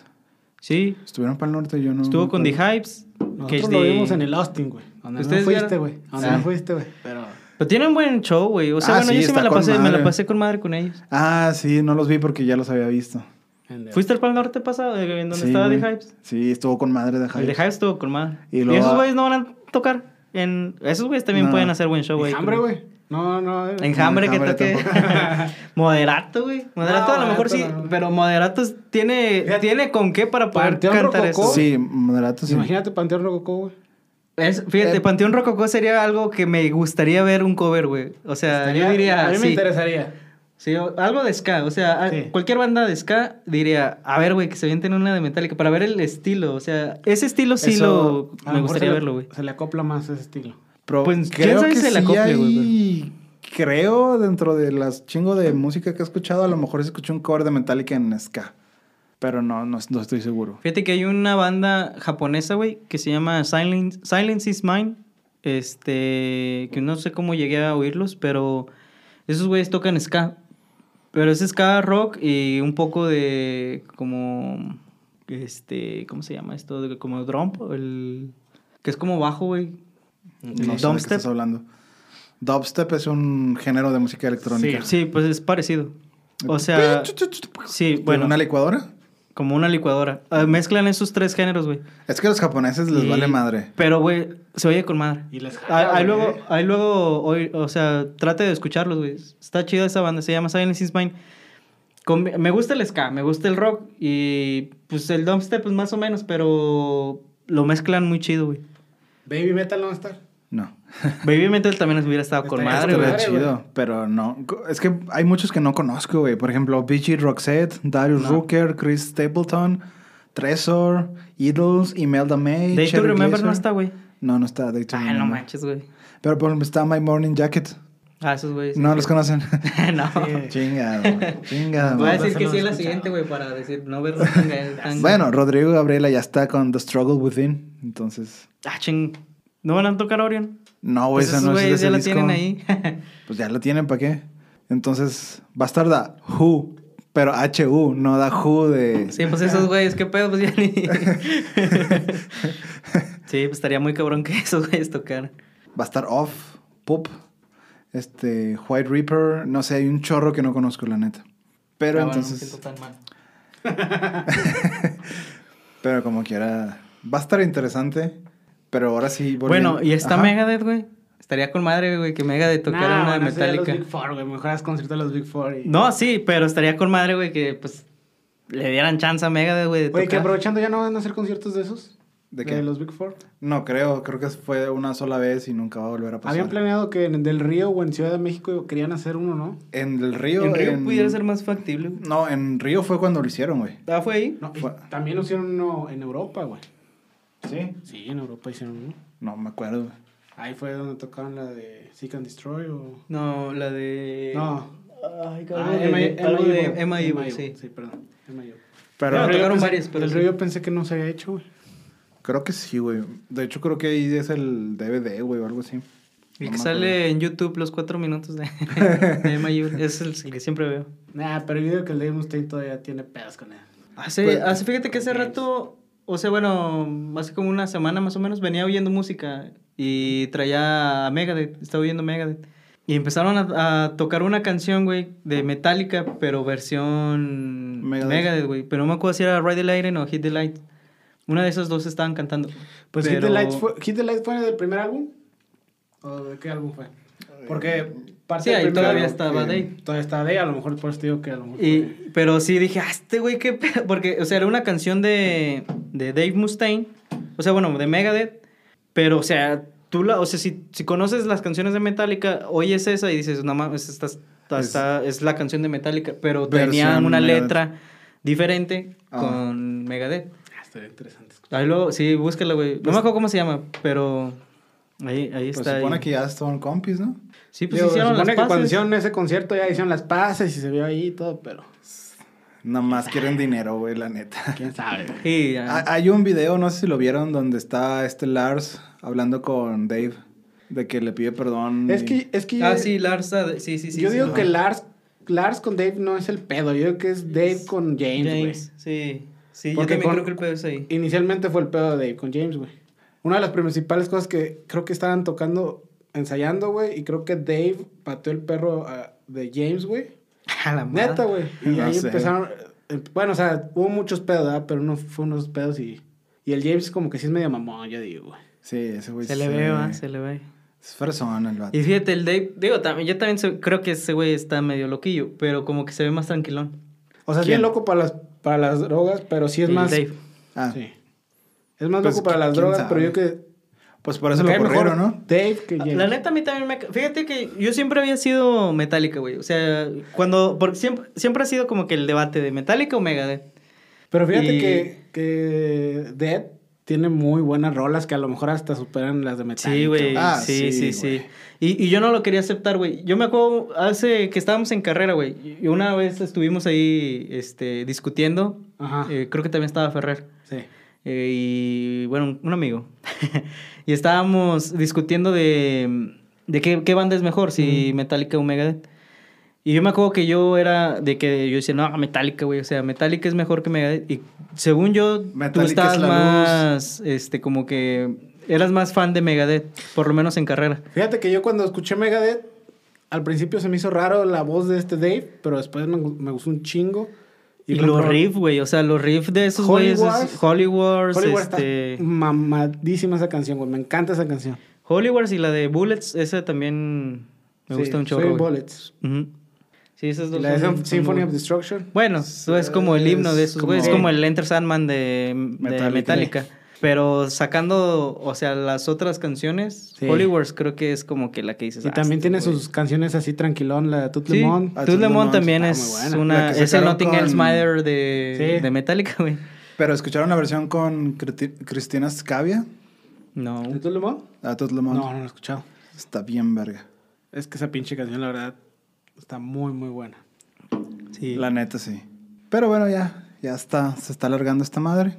Speaker 4: Sí.
Speaker 1: Estuvieron para el norte, yo no.
Speaker 4: Estuvo con The
Speaker 1: Dija.
Speaker 4: Hypes.
Speaker 5: Nosotros lo vimos en el Austin, güey. Donde no
Speaker 4: ¿Ustedes Ah.
Speaker 5: fuiste,
Speaker 4: vieron?
Speaker 5: güey. Donde
Speaker 1: Sí.
Speaker 5: no fuiste, güey. Pero.
Speaker 4: Pero tienen buen show, güey. O sea,
Speaker 1: Ah,
Speaker 4: bueno,
Speaker 1: sí,
Speaker 4: yo sí
Speaker 1: está
Speaker 4: me la,
Speaker 1: con
Speaker 4: pasé, me
Speaker 1: madre.
Speaker 4: la pasé con madre con ellos.
Speaker 1: Ah, sí, no los vi porque ya los había visto.
Speaker 5: en el-
Speaker 4: ¿Fuiste al Pal Norte pasado? eh, ¿En donde
Speaker 1: Sí,
Speaker 4: estaba
Speaker 1: güey.
Speaker 4: The Hypes?
Speaker 1: Sí, estuvo con madre de
Speaker 4: El The
Speaker 1: Hypes.
Speaker 4: Hypes estuvo con madre.
Speaker 1: Y
Speaker 4: Y,
Speaker 1: luego-
Speaker 4: esos güeyes no van a tocar. En... Esos güeyes también
Speaker 1: No.
Speaker 4: pueden hacer buen show, güey.
Speaker 5: Enjambre, güey. No, no. eh.
Speaker 4: Enjambre que
Speaker 1: Enjambre
Speaker 4: toque. moderato, güey. Moderato a lo
Speaker 5: No,
Speaker 4: mejor sí,
Speaker 5: moderato no.
Speaker 4: pero moderato es- tiene,
Speaker 5: Fíjate,
Speaker 4: tiene con qué para poder
Speaker 5: Panteón
Speaker 4: cantar
Speaker 5: Rococó.
Speaker 4: eso.
Speaker 1: Sí, moderato, sí.
Speaker 5: Imagínate Panteón Rococó, güey.
Speaker 4: Es- fíjate,
Speaker 1: Eh,
Speaker 4: Panteón Rococó sería algo que me gustaría ver un cover, güey. O sea, yo
Speaker 5: Estaría-
Speaker 4: diría.
Speaker 5: A mí
Speaker 4: sí.
Speaker 5: me interesaría.
Speaker 4: Sí, o- algo de ska. O sea, a-
Speaker 5: Sí.
Speaker 4: cualquier banda de ska diría, a ver, güey, que se vienten una de Metallica para ver el estilo. O sea, ese estilo sí
Speaker 5: Eso,
Speaker 4: lo.
Speaker 5: a
Speaker 4: Me
Speaker 5: mejor
Speaker 4: gustaría
Speaker 5: se le-
Speaker 4: verlo, güey.
Speaker 5: Se le acopla más ese estilo.
Speaker 1: Pero
Speaker 4: Pues, ¿quién sabe si se la acople, güey,
Speaker 1: hay- Creo, dentro de las chingo de música que he escuchado, a lo mejor escuché un cover de Metallica en ska. Pero no, no, no estoy seguro.
Speaker 4: Fíjate que hay una banda japonesa, güey, que se llama Silence, Silence is Mine. Este, que no sé cómo llegué a oírlos, pero esos güeyes tocan ska. Pero es ska rock y un poco de como este, ¿cómo se llama esto? De- Como drump, el que es como bajo, güey.
Speaker 1: No sé de qué
Speaker 4: Dubstep.
Speaker 1: estás hablando. Dubstep es un género de música electrónica.
Speaker 4: Sí, pues es parecido. O sea, sí,
Speaker 1: ¿De
Speaker 4: bueno,
Speaker 1: ¿Una licuadora?
Speaker 4: como una licuadora. Ah, mezclan esos tres géneros, güey.
Speaker 1: Es que a los japoneses les
Speaker 4: Y-
Speaker 1: vale madre.
Speaker 4: Pero, güey, se oye con madre.
Speaker 5: Y les jala,
Speaker 4: Ahí ahí
Speaker 5: güey.
Speaker 4: luego, ahí luego, oí- o sea, trate de escucharlos, güey. Está chida esa banda, se llama Silence is Mine. com- me gusta el ska, me gusta el rock y pues el dubstep pues más o menos, pero lo mezclan muy chido, güey.
Speaker 5: Baby Metal no va a estar.
Speaker 1: No.
Speaker 4: Baby Metal también hubiera estado con
Speaker 5: Estaría
Speaker 4: madre, güey.
Speaker 5: estaría
Speaker 1: Estaría
Speaker 5: madre,
Speaker 1: chido,
Speaker 5: güey.
Speaker 1: pero no. Es que hay muchos que no conozco, güey. Por ejemplo, BG Roxette, Darius Rooker, Chris Stapleton, Tresor, Idols, Imelda May.
Speaker 4: Day to
Speaker 1: Cherry
Speaker 4: Remember no
Speaker 1: Glazer.
Speaker 4: está, güey.
Speaker 1: No, no está. Day to
Speaker 4: Ah, no
Speaker 1: Remember.
Speaker 4: manches, güey.
Speaker 1: Pero por ejemplo está My Morning Jacket.
Speaker 4: Ah, esos güeyes.
Speaker 1: No los conocen.
Speaker 4: no.
Speaker 1: Chingado, güey. Chingado.
Speaker 4: Voy a
Speaker 1: güey.
Speaker 4: decir que
Speaker 5: no
Speaker 4: sí
Speaker 5: he
Speaker 4: es la
Speaker 5: escuchado.
Speaker 4: siguiente, güey, para decir no ver tan- tan-
Speaker 1: Bueno, Rodrigo Gabriela ya está con The Struggle Within. Entonces,
Speaker 4: Ah, ching. ¿No van a tocar Orion?
Speaker 1: no, güey,
Speaker 4: Pues
Speaker 1: Oh, esa
Speaker 4: esos
Speaker 1: no es de
Speaker 4: güeyes
Speaker 1: ese
Speaker 4: ya la
Speaker 1: disco.
Speaker 4: tienen ahí.
Speaker 1: Pues ya la tienen, ¿para qué? Entonces, bastarda, Who. Pero H-U, no da Who de.
Speaker 4: Sí, pues esos güeyes, qué pedo, pues ya ni. sí, pues estaría muy cabrón que esos güeyes tocaran.
Speaker 1: Va a estar Off, Pop, este, White Reaper, no sé, hay un chorro que no conozco, la neta. Pero
Speaker 4: Ah, bueno,
Speaker 1: entonces,
Speaker 4: no me siento tan mal.
Speaker 1: pero como quiera, va a estar interesante, pero ahora sí.
Speaker 4: Bueno,
Speaker 1: volviendo-
Speaker 4: y está
Speaker 1: Ajá.
Speaker 4: Megadeth, güey. Estaría con madre, güey, que Megadeth tocara
Speaker 5: Nah,
Speaker 4: una
Speaker 5: bueno, eso ya
Speaker 4: metálica.
Speaker 5: Los Big Four, güey. Mejor haz concierto a los Big Four. Y...
Speaker 4: No, sí, pero estaría con madre, güey, que pues le dieran chance a Megadeth, güey, de
Speaker 5: Oye, que
Speaker 4: tocar.
Speaker 5: aprovechando ya no van a hacer conciertos de esos.
Speaker 1: ¿De qué?
Speaker 5: los Big Four.
Speaker 1: No creo, creo que fue una sola vez y nunca va a volver a pasar.
Speaker 5: Habían planeado que en Del Río o en Ciudad de México querían hacer uno, ¿no?
Speaker 1: En el río.
Speaker 4: en Río pudiera ser más factible, güey.
Speaker 1: No, en Río fue cuando lo hicieron, güey.
Speaker 4: Ah, fue ahí.
Speaker 5: No, y
Speaker 1: Fue-
Speaker 5: también lo hicieron uno en Europa, güey.
Speaker 1: ¿Sí?
Speaker 5: Sí, en Europa hicieron uno.
Speaker 1: No me acuerdo. güey.
Speaker 5: Ahí fue donde tocaron la de Seek and Destroy o...
Speaker 4: No, la de.
Speaker 5: No.
Speaker 4: Ay,
Speaker 5: Ah,
Speaker 4: cabrón. de-
Speaker 5: Emma-
Speaker 4: algo
Speaker 5: Emma
Speaker 4: de
Speaker 5: Evil.
Speaker 4: Emma Evil,
Speaker 5: Evil,
Speaker 4: sí.
Speaker 5: Sí, perdón. Emma Evil.
Speaker 1: Pero
Speaker 4: No,
Speaker 5: Del Río
Speaker 4: tocaron
Speaker 5: pensé-
Speaker 4: varios, pero
Speaker 5: Del
Speaker 4: sí.
Speaker 5: Río yo pensé que no se había hecho, güey.
Speaker 1: creo que sí, güey. De hecho, creo que ahí es el DVD, güey, o algo así. No
Speaker 4: El que
Speaker 1: me
Speaker 4: sale en YouTube los cuatro minutos de, de Emma Evil. Es el que siempre veo.
Speaker 5: Nah, pero yo digo que el Dave Mustaine todavía tiene pedas con él.
Speaker 4: Hace,
Speaker 1: Pues-
Speaker 4: hace, fíjate que hace rato, o sea, bueno, hace como una semana más o menos, venía oyendo música y traía a Megadeth, estaba oyendo Megadeth. Y empezaron a, a tocar una canción, güey, de Metallica, pero versión
Speaker 1: Megadeth.
Speaker 4: Megadeth, güey. Pero no me acuerdo si era Ride the Lightning o Hit the Light. Una de esas dos estaban cantando.
Speaker 5: Pues Hit,
Speaker 4: Pero-
Speaker 5: the Lights fue, ¿Hit the Lights fue del primer álbum? ¿O de qué álbum fue? Porque parte
Speaker 4: Eh, Sí,
Speaker 5: del
Speaker 4: ahí
Speaker 5: primer
Speaker 4: todavía
Speaker 5: álbum-
Speaker 4: estaba
Speaker 1: que-
Speaker 4: Dave.
Speaker 5: Todavía está Dave, a lo mejor por eso te digo que a lo mejor... fue-
Speaker 4: Y- pero sí dije, ah, este güey, qué pedo. Porque, o sea, era una canción de, de Dave Mustaine. O sea, bueno, de Megadeth. Pero, o sea, tú la, o sea, si, si conoces las canciones de Metallica, oyes esa y dices, no mames, esta, esta-
Speaker 1: Es-
Speaker 4: esta es la canción de Metallica. Pero
Speaker 1: Versión
Speaker 4: tenían una
Speaker 1: Megadeth.
Speaker 4: letra diferente
Speaker 1: Ah.
Speaker 4: con Megadeth.
Speaker 5: Ah, estaría interesante. escuchar.
Speaker 4: Ahí luego, sí, búscala, güey. No me acuerdo cómo se llama, pero ahí, ahí
Speaker 1: Pues
Speaker 4: está.
Speaker 1: supone
Speaker 4: ahí.
Speaker 1: que ya son compis, ¿no?
Speaker 4: Sí, pues
Speaker 5: Digo, se
Speaker 4: hicieron las
Speaker 5: supone que cuando
Speaker 4: paces.
Speaker 5: hicieron ese concierto ya hicieron las pases y se vio ahí y todo, pero...
Speaker 1: Nada más quieren dinero, güey, la neta.
Speaker 5: ¿Quién sabe?
Speaker 4: Sí, ah. ya.
Speaker 1: Ha- Hay un video, no sé si lo vieron, donde está este Lars hablando con Dave de que le pide perdón.
Speaker 5: Es
Speaker 1: y-
Speaker 5: que, es que
Speaker 4: Ah,
Speaker 5: yo-
Speaker 4: sí, Lars. ah, Sí, sí, sí.
Speaker 5: yo
Speaker 4: sí,
Speaker 5: digo
Speaker 4: lo-
Speaker 5: que Lars, Lars con Dave no es el pedo, yo digo que es Dave con James, güey.
Speaker 4: James, sí. Sí, yo
Speaker 5: Porque
Speaker 4: también
Speaker 5: con-
Speaker 4: creo que el pedo es ahí.
Speaker 5: Inicialmente fue el pedo de Dave con James, güey. Una de las principales cosas que creo que estaban tocando, ensayando, güey, y creo que Dave pateó el perro ah, de James, güey.
Speaker 4: A la madre.
Speaker 5: Neta, güey. Y
Speaker 1: No
Speaker 5: ahí
Speaker 1: sé.
Speaker 5: empezaron. eh, Bueno, o sea, hubo muchos pedos, ¿verdad? Pero no fue unos pedos y. Y el James, como que sí es medio mamón, yo digo, güey.
Speaker 1: Sí, ese güey
Speaker 4: Se le ve, va, se le ve.
Speaker 1: Es fresón el vato.
Speaker 4: Y fíjate, el Dave, digo, también, yo también se- creo que ese güey está medio loquillo, pero como que se ve más tranquilón.
Speaker 5: O sea, es
Speaker 1: ¿Quién?
Speaker 5: bien loco para las, para las drogas, pero sí es
Speaker 4: El
Speaker 5: más.
Speaker 4: Dave.
Speaker 1: Ah,
Speaker 5: Sí. Es más
Speaker 1: Pues,
Speaker 5: loco para las
Speaker 1: ¿quién
Speaker 5: drogas, pero
Speaker 1: sabe?
Speaker 5: yo que.
Speaker 1: Pues por eso lo
Speaker 5: me cae
Speaker 1: corrieron,
Speaker 5: mejor
Speaker 1: ¿no?
Speaker 5: Dave que James.
Speaker 4: La neta, a mí también me... ca- Fíjate que yo siempre había sido Metallica, güey. O sea, cuando... Porque siempre, siempre ha sido como que el debate de Metallica o Megadeth.
Speaker 5: Pero fíjate
Speaker 4: Y-
Speaker 5: que, que Dead tiene muy buenas rolas que a lo mejor hasta superan las de Metallica.
Speaker 4: Sí, güey.
Speaker 1: Ah,
Speaker 4: sí,
Speaker 1: sí,
Speaker 4: sí, sí. Y, y yo no lo quería aceptar, güey. Yo me acuerdo hace que estábamos en carrera, güey. Y una vez estuvimos ahí este, discutiendo.
Speaker 5: Ajá.
Speaker 4: Eh, creo que también estaba Ferrer.
Speaker 5: Sí.
Speaker 4: Eh, y bueno, un- un amigo. y estábamos discutiendo de, de qué, qué banda es mejor, si Metallica o Megadeth. Y yo me acuerdo que yo era de que yo decía, no, Metallica, güey, o sea, Metallica es mejor que Megadeth. Y según yo, tú
Speaker 1: Metallica
Speaker 4: estabas
Speaker 1: es la
Speaker 4: más, este, como que eras más fan de Megadeth, por lo menos en carrera.
Speaker 5: Fíjate que yo cuando escuché Megadeth, al principio se me hizo raro la voz de este Dave, pero después me, gu- me gustó un chingo.
Speaker 4: Y,
Speaker 5: creo
Speaker 4: los
Speaker 5: que-
Speaker 4: riffs, güey, o sea, los riffs de esos
Speaker 5: Holy
Speaker 4: güeyes,
Speaker 5: Wars.
Speaker 4: es- Holy Wars,
Speaker 5: Holy War está
Speaker 4: este...
Speaker 5: mamadísima esa canción, güey. Me encanta esa canción.
Speaker 4: Holy Wars y la de Bullets, esa también me
Speaker 5: Sí,
Speaker 4: gusta un
Speaker 5: Save
Speaker 4: chorro, güey.
Speaker 5: Bullets.
Speaker 4: Ujú. Sí, esas dos
Speaker 5: La de
Speaker 4: son-
Speaker 5: Sym-
Speaker 4: son
Speaker 5: Symphony
Speaker 4: muy-
Speaker 5: of Destruction.
Speaker 4: Bueno, eso es como el himno de esos
Speaker 1: como-
Speaker 4: güeyes, es como el Enter Sandman de de Metallica.
Speaker 1: Metallica.
Speaker 4: Pero sacando, o sea, las otras canciones,
Speaker 5: Sí.
Speaker 4: Holy Wars creo que es como que la que dices.
Speaker 5: Y
Speaker 4: "Ah,
Speaker 5: también
Speaker 4: este
Speaker 5: tiene
Speaker 4: güey".
Speaker 5: sus canciones así tranquilón, la de Tout
Speaker 4: Sí,
Speaker 5: Le Monde.
Speaker 1: Ah,
Speaker 4: Tout Le Monde también
Speaker 5: Ah, muy
Speaker 4: es
Speaker 5: buena.
Speaker 4: una...
Speaker 1: La que
Speaker 4: Es el
Speaker 1: sacaron
Speaker 4: Nothing
Speaker 1: con-
Speaker 4: Else Matter de,
Speaker 5: Sí.
Speaker 4: de Metallica, güey.
Speaker 1: Pero escucharon la versión con Criti- Cristina Scavia.
Speaker 4: No.
Speaker 5: ¿De Tout Le Monde?
Speaker 1: A Tot Le
Speaker 5: No,
Speaker 1: Monde.
Speaker 5: no lo he escuchado.
Speaker 1: Está bien, verga.
Speaker 5: Es que esa pinche canción, la verdad, está muy, muy buena.
Speaker 4: Sí.
Speaker 1: La neta, sí. Pero bueno, ya. Ya está. Se está alargando esta madre.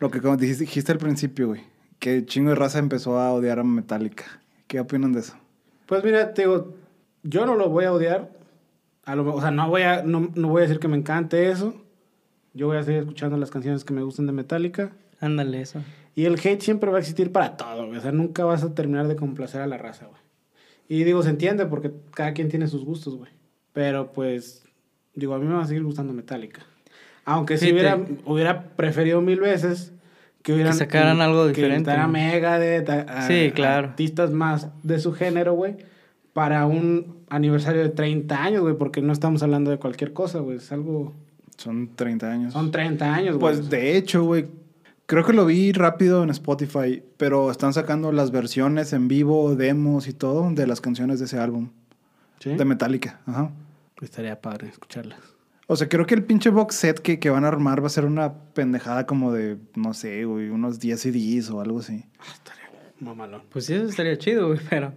Speaker 1: Lo que como dijiste, dijiste al principio, güey. Que chingo de raza empezó a odiar a Metallica. ¿Qué opinan de eso?
Speaker 5: Pues mira, te digo, yo no lo voy a odiar. A lo, o sea, no voy a, no, no voy a decir que me encante eso. Yo voy a seguir escuchando las canciones que me gustan de Metallica.
Speaker 4: Ándale, eso.
Speaker 5: Y el hate siempre va a existir para todo, güey. O sea, nunca vas a terminar de complacer a la raza, güey. Y digo, se entiende porque cada quien tiene sus gustos, güey. Pero pues, digo, a mí me va a seguir gustando Metallica. Aunque si
Speaker 4: Sí,
Speaker 5: hubiera,
Speaker 4: te-
Speaker 5: hubiera preferido mil veces que hubieran...
Speaker 4: Que sacaran algo
Speaker 5: que
Speaker 4: diferente,
Speaker 5: invitaran a
Speaker 4: ¿no?
Speaker 5: Megadeth, a- a-
Speaker 4: Sí, claro.
Speaker 5: artistas más de su género, güey. Para un aniversario de 30 años, güey. Porque no estamos hablando de cualquier cosa, güey. Es algo...
Speaker 1: Son 30 años.
Speaker 5: Son 30 años, güey.
Speaker 1: Pues de hecho, güey, creo que lo vi rápido en Spotify, pero están sacando las versiones en vivo, demos y todo de las canciones de ese álbum,
Speaker 5: ¿Sí?
Speaker 1: de Metallica. Ajá.
Speaker 5: Estaría padre escucharlas.
Speaker 1: O sea, creo que el pinche box set que, que van a armar va a ser una pendejada como de, no sé, güey, unos 10 CDs o algo así.
Speaker 5: Mamalón.
Speaker 4: Pues sí, eso estaría chido, güey, pero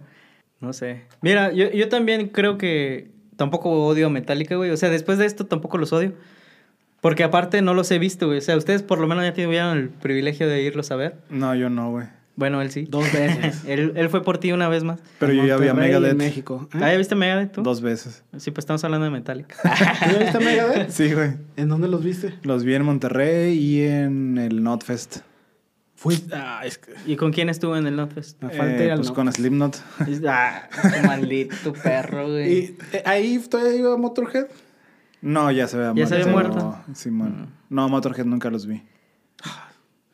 Speaker 4: no sé. Mira, yo, yo también creo que tampoco odio a Metallica, güey. O sea, después de esto tampoco los odio. Porque aparte no los he visto, güey. O sea, ustedes por lo menos ya tuvieron el privilegio de irlos a ver.
Speaker 1: No, yo no, güey.
Speaker 4: Bueno, él sí.
Speaker 5: Dos veces.
Speaker 4: él, él fue por ti una vez más.
Speaker 1: Pero yo ya vi a
Speaker 5: Monterrey y
Speaker 1: Megadeth
Speaker 5: México. ¿eh?
Speaker 4: ¿Ah, ya viste Megadeth tú?
Speaker 1: dos veces.
Speaker 4: Sí, pues estamos hablando de Metallica.
Speaker 5: ¿Tú ya viste a Megadeth?
Speaker 1: Sí, güey.
Speaker 5: ¿En dónde los viste?
Speaker 1: Los vi en Monterrey y en el Notfest.
Speaker 5: Fuiste. Ah, es que.
Speaker 4: ¿Y con quién estuvo en el Notfest?
Speaker 5: Me falta
Speaker 1: Eh,
Speaker 5: ir al
Speaker 1: pues
Speaker 5: no.
Speaker 1: con Slipknot.
Speaker 4: ah, maldito perro, güey.
Speaker 5: Y eh, ahí todavía iba Motorhead.
Speaker 1: No, ya se había
Speaker 4: Ya se había muerto. Mm.
Speaker 1: Simón. No, Motorhead nunca los vi.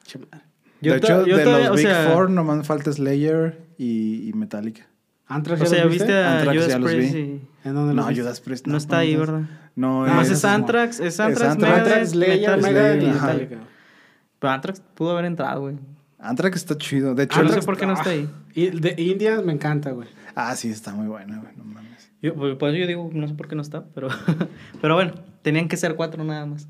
Speaker 5: Che, madre.
Speaker 4: Yo
Speaker 1: de
Speaker 4: to-
Speaker 1: hecho,
Speaker 4: yo
Speaker 1: de
Speaker 4: todavía-
Speaker 1: los
Speaker 4: o
Speaker 1: Big
Speaker 4: sea-
Speaker 1: Four nomás falta Slayer y, y Metallica.
Speaker 5: ¿Anthrax
Speaker 4: O
Speaker 5: ya
Speaker 4: sea,
Speaker 5: los
Speaker 4: viste
Speaker 5: viste?
Speaker 4: a
Speaker 1: Anthrax
Speaker 4: Judas
Speaker 1: ya los vi.
Speaker 4: Priest y-
Speaker 5: ¿En dónde los
Speaker 1: No,
Speaker 5: viste?
Speaker 1: Judas Priest.
Speaker 4: No está ahí,
Speaker 1: entonces-
Speaker 4: ¿verdad?
Speaker 1: No,
Speaker 5: Ah,
Speaker 4: Nomás
Speaker 1: es-
Speaker 4: es Anthrax, es Anthrax,
Speaker 1: Anthrax,
Speaker 5: Anthrax,
Speaker 4: Megadeth,
Speaker 5: Slayer,
Speaker 4: Metallica.
Speaker 5: Megadeth y
Speaker 1: Slayer, ajá.
Speaker 5: Metallica.
Speaker 4: Pero Anthrax pudo haber entrado, güey.
Speaker 1: Anthrax está chido. De hecho,
Speaker 4: Yo Ah, no sé
Speaker 1: Anthrax-
Speaker 4: por qué no está ahí.
Speaker 5: Ah, Y el de Indias me encanta, güey.
Speaker 1: Ah, sí, está muy buena, güey. No mames.
Speaker 4: Yo, pues pues yo digo, no sé por qué no está, pero, pero bueno, tenían que ser cuatro nada más.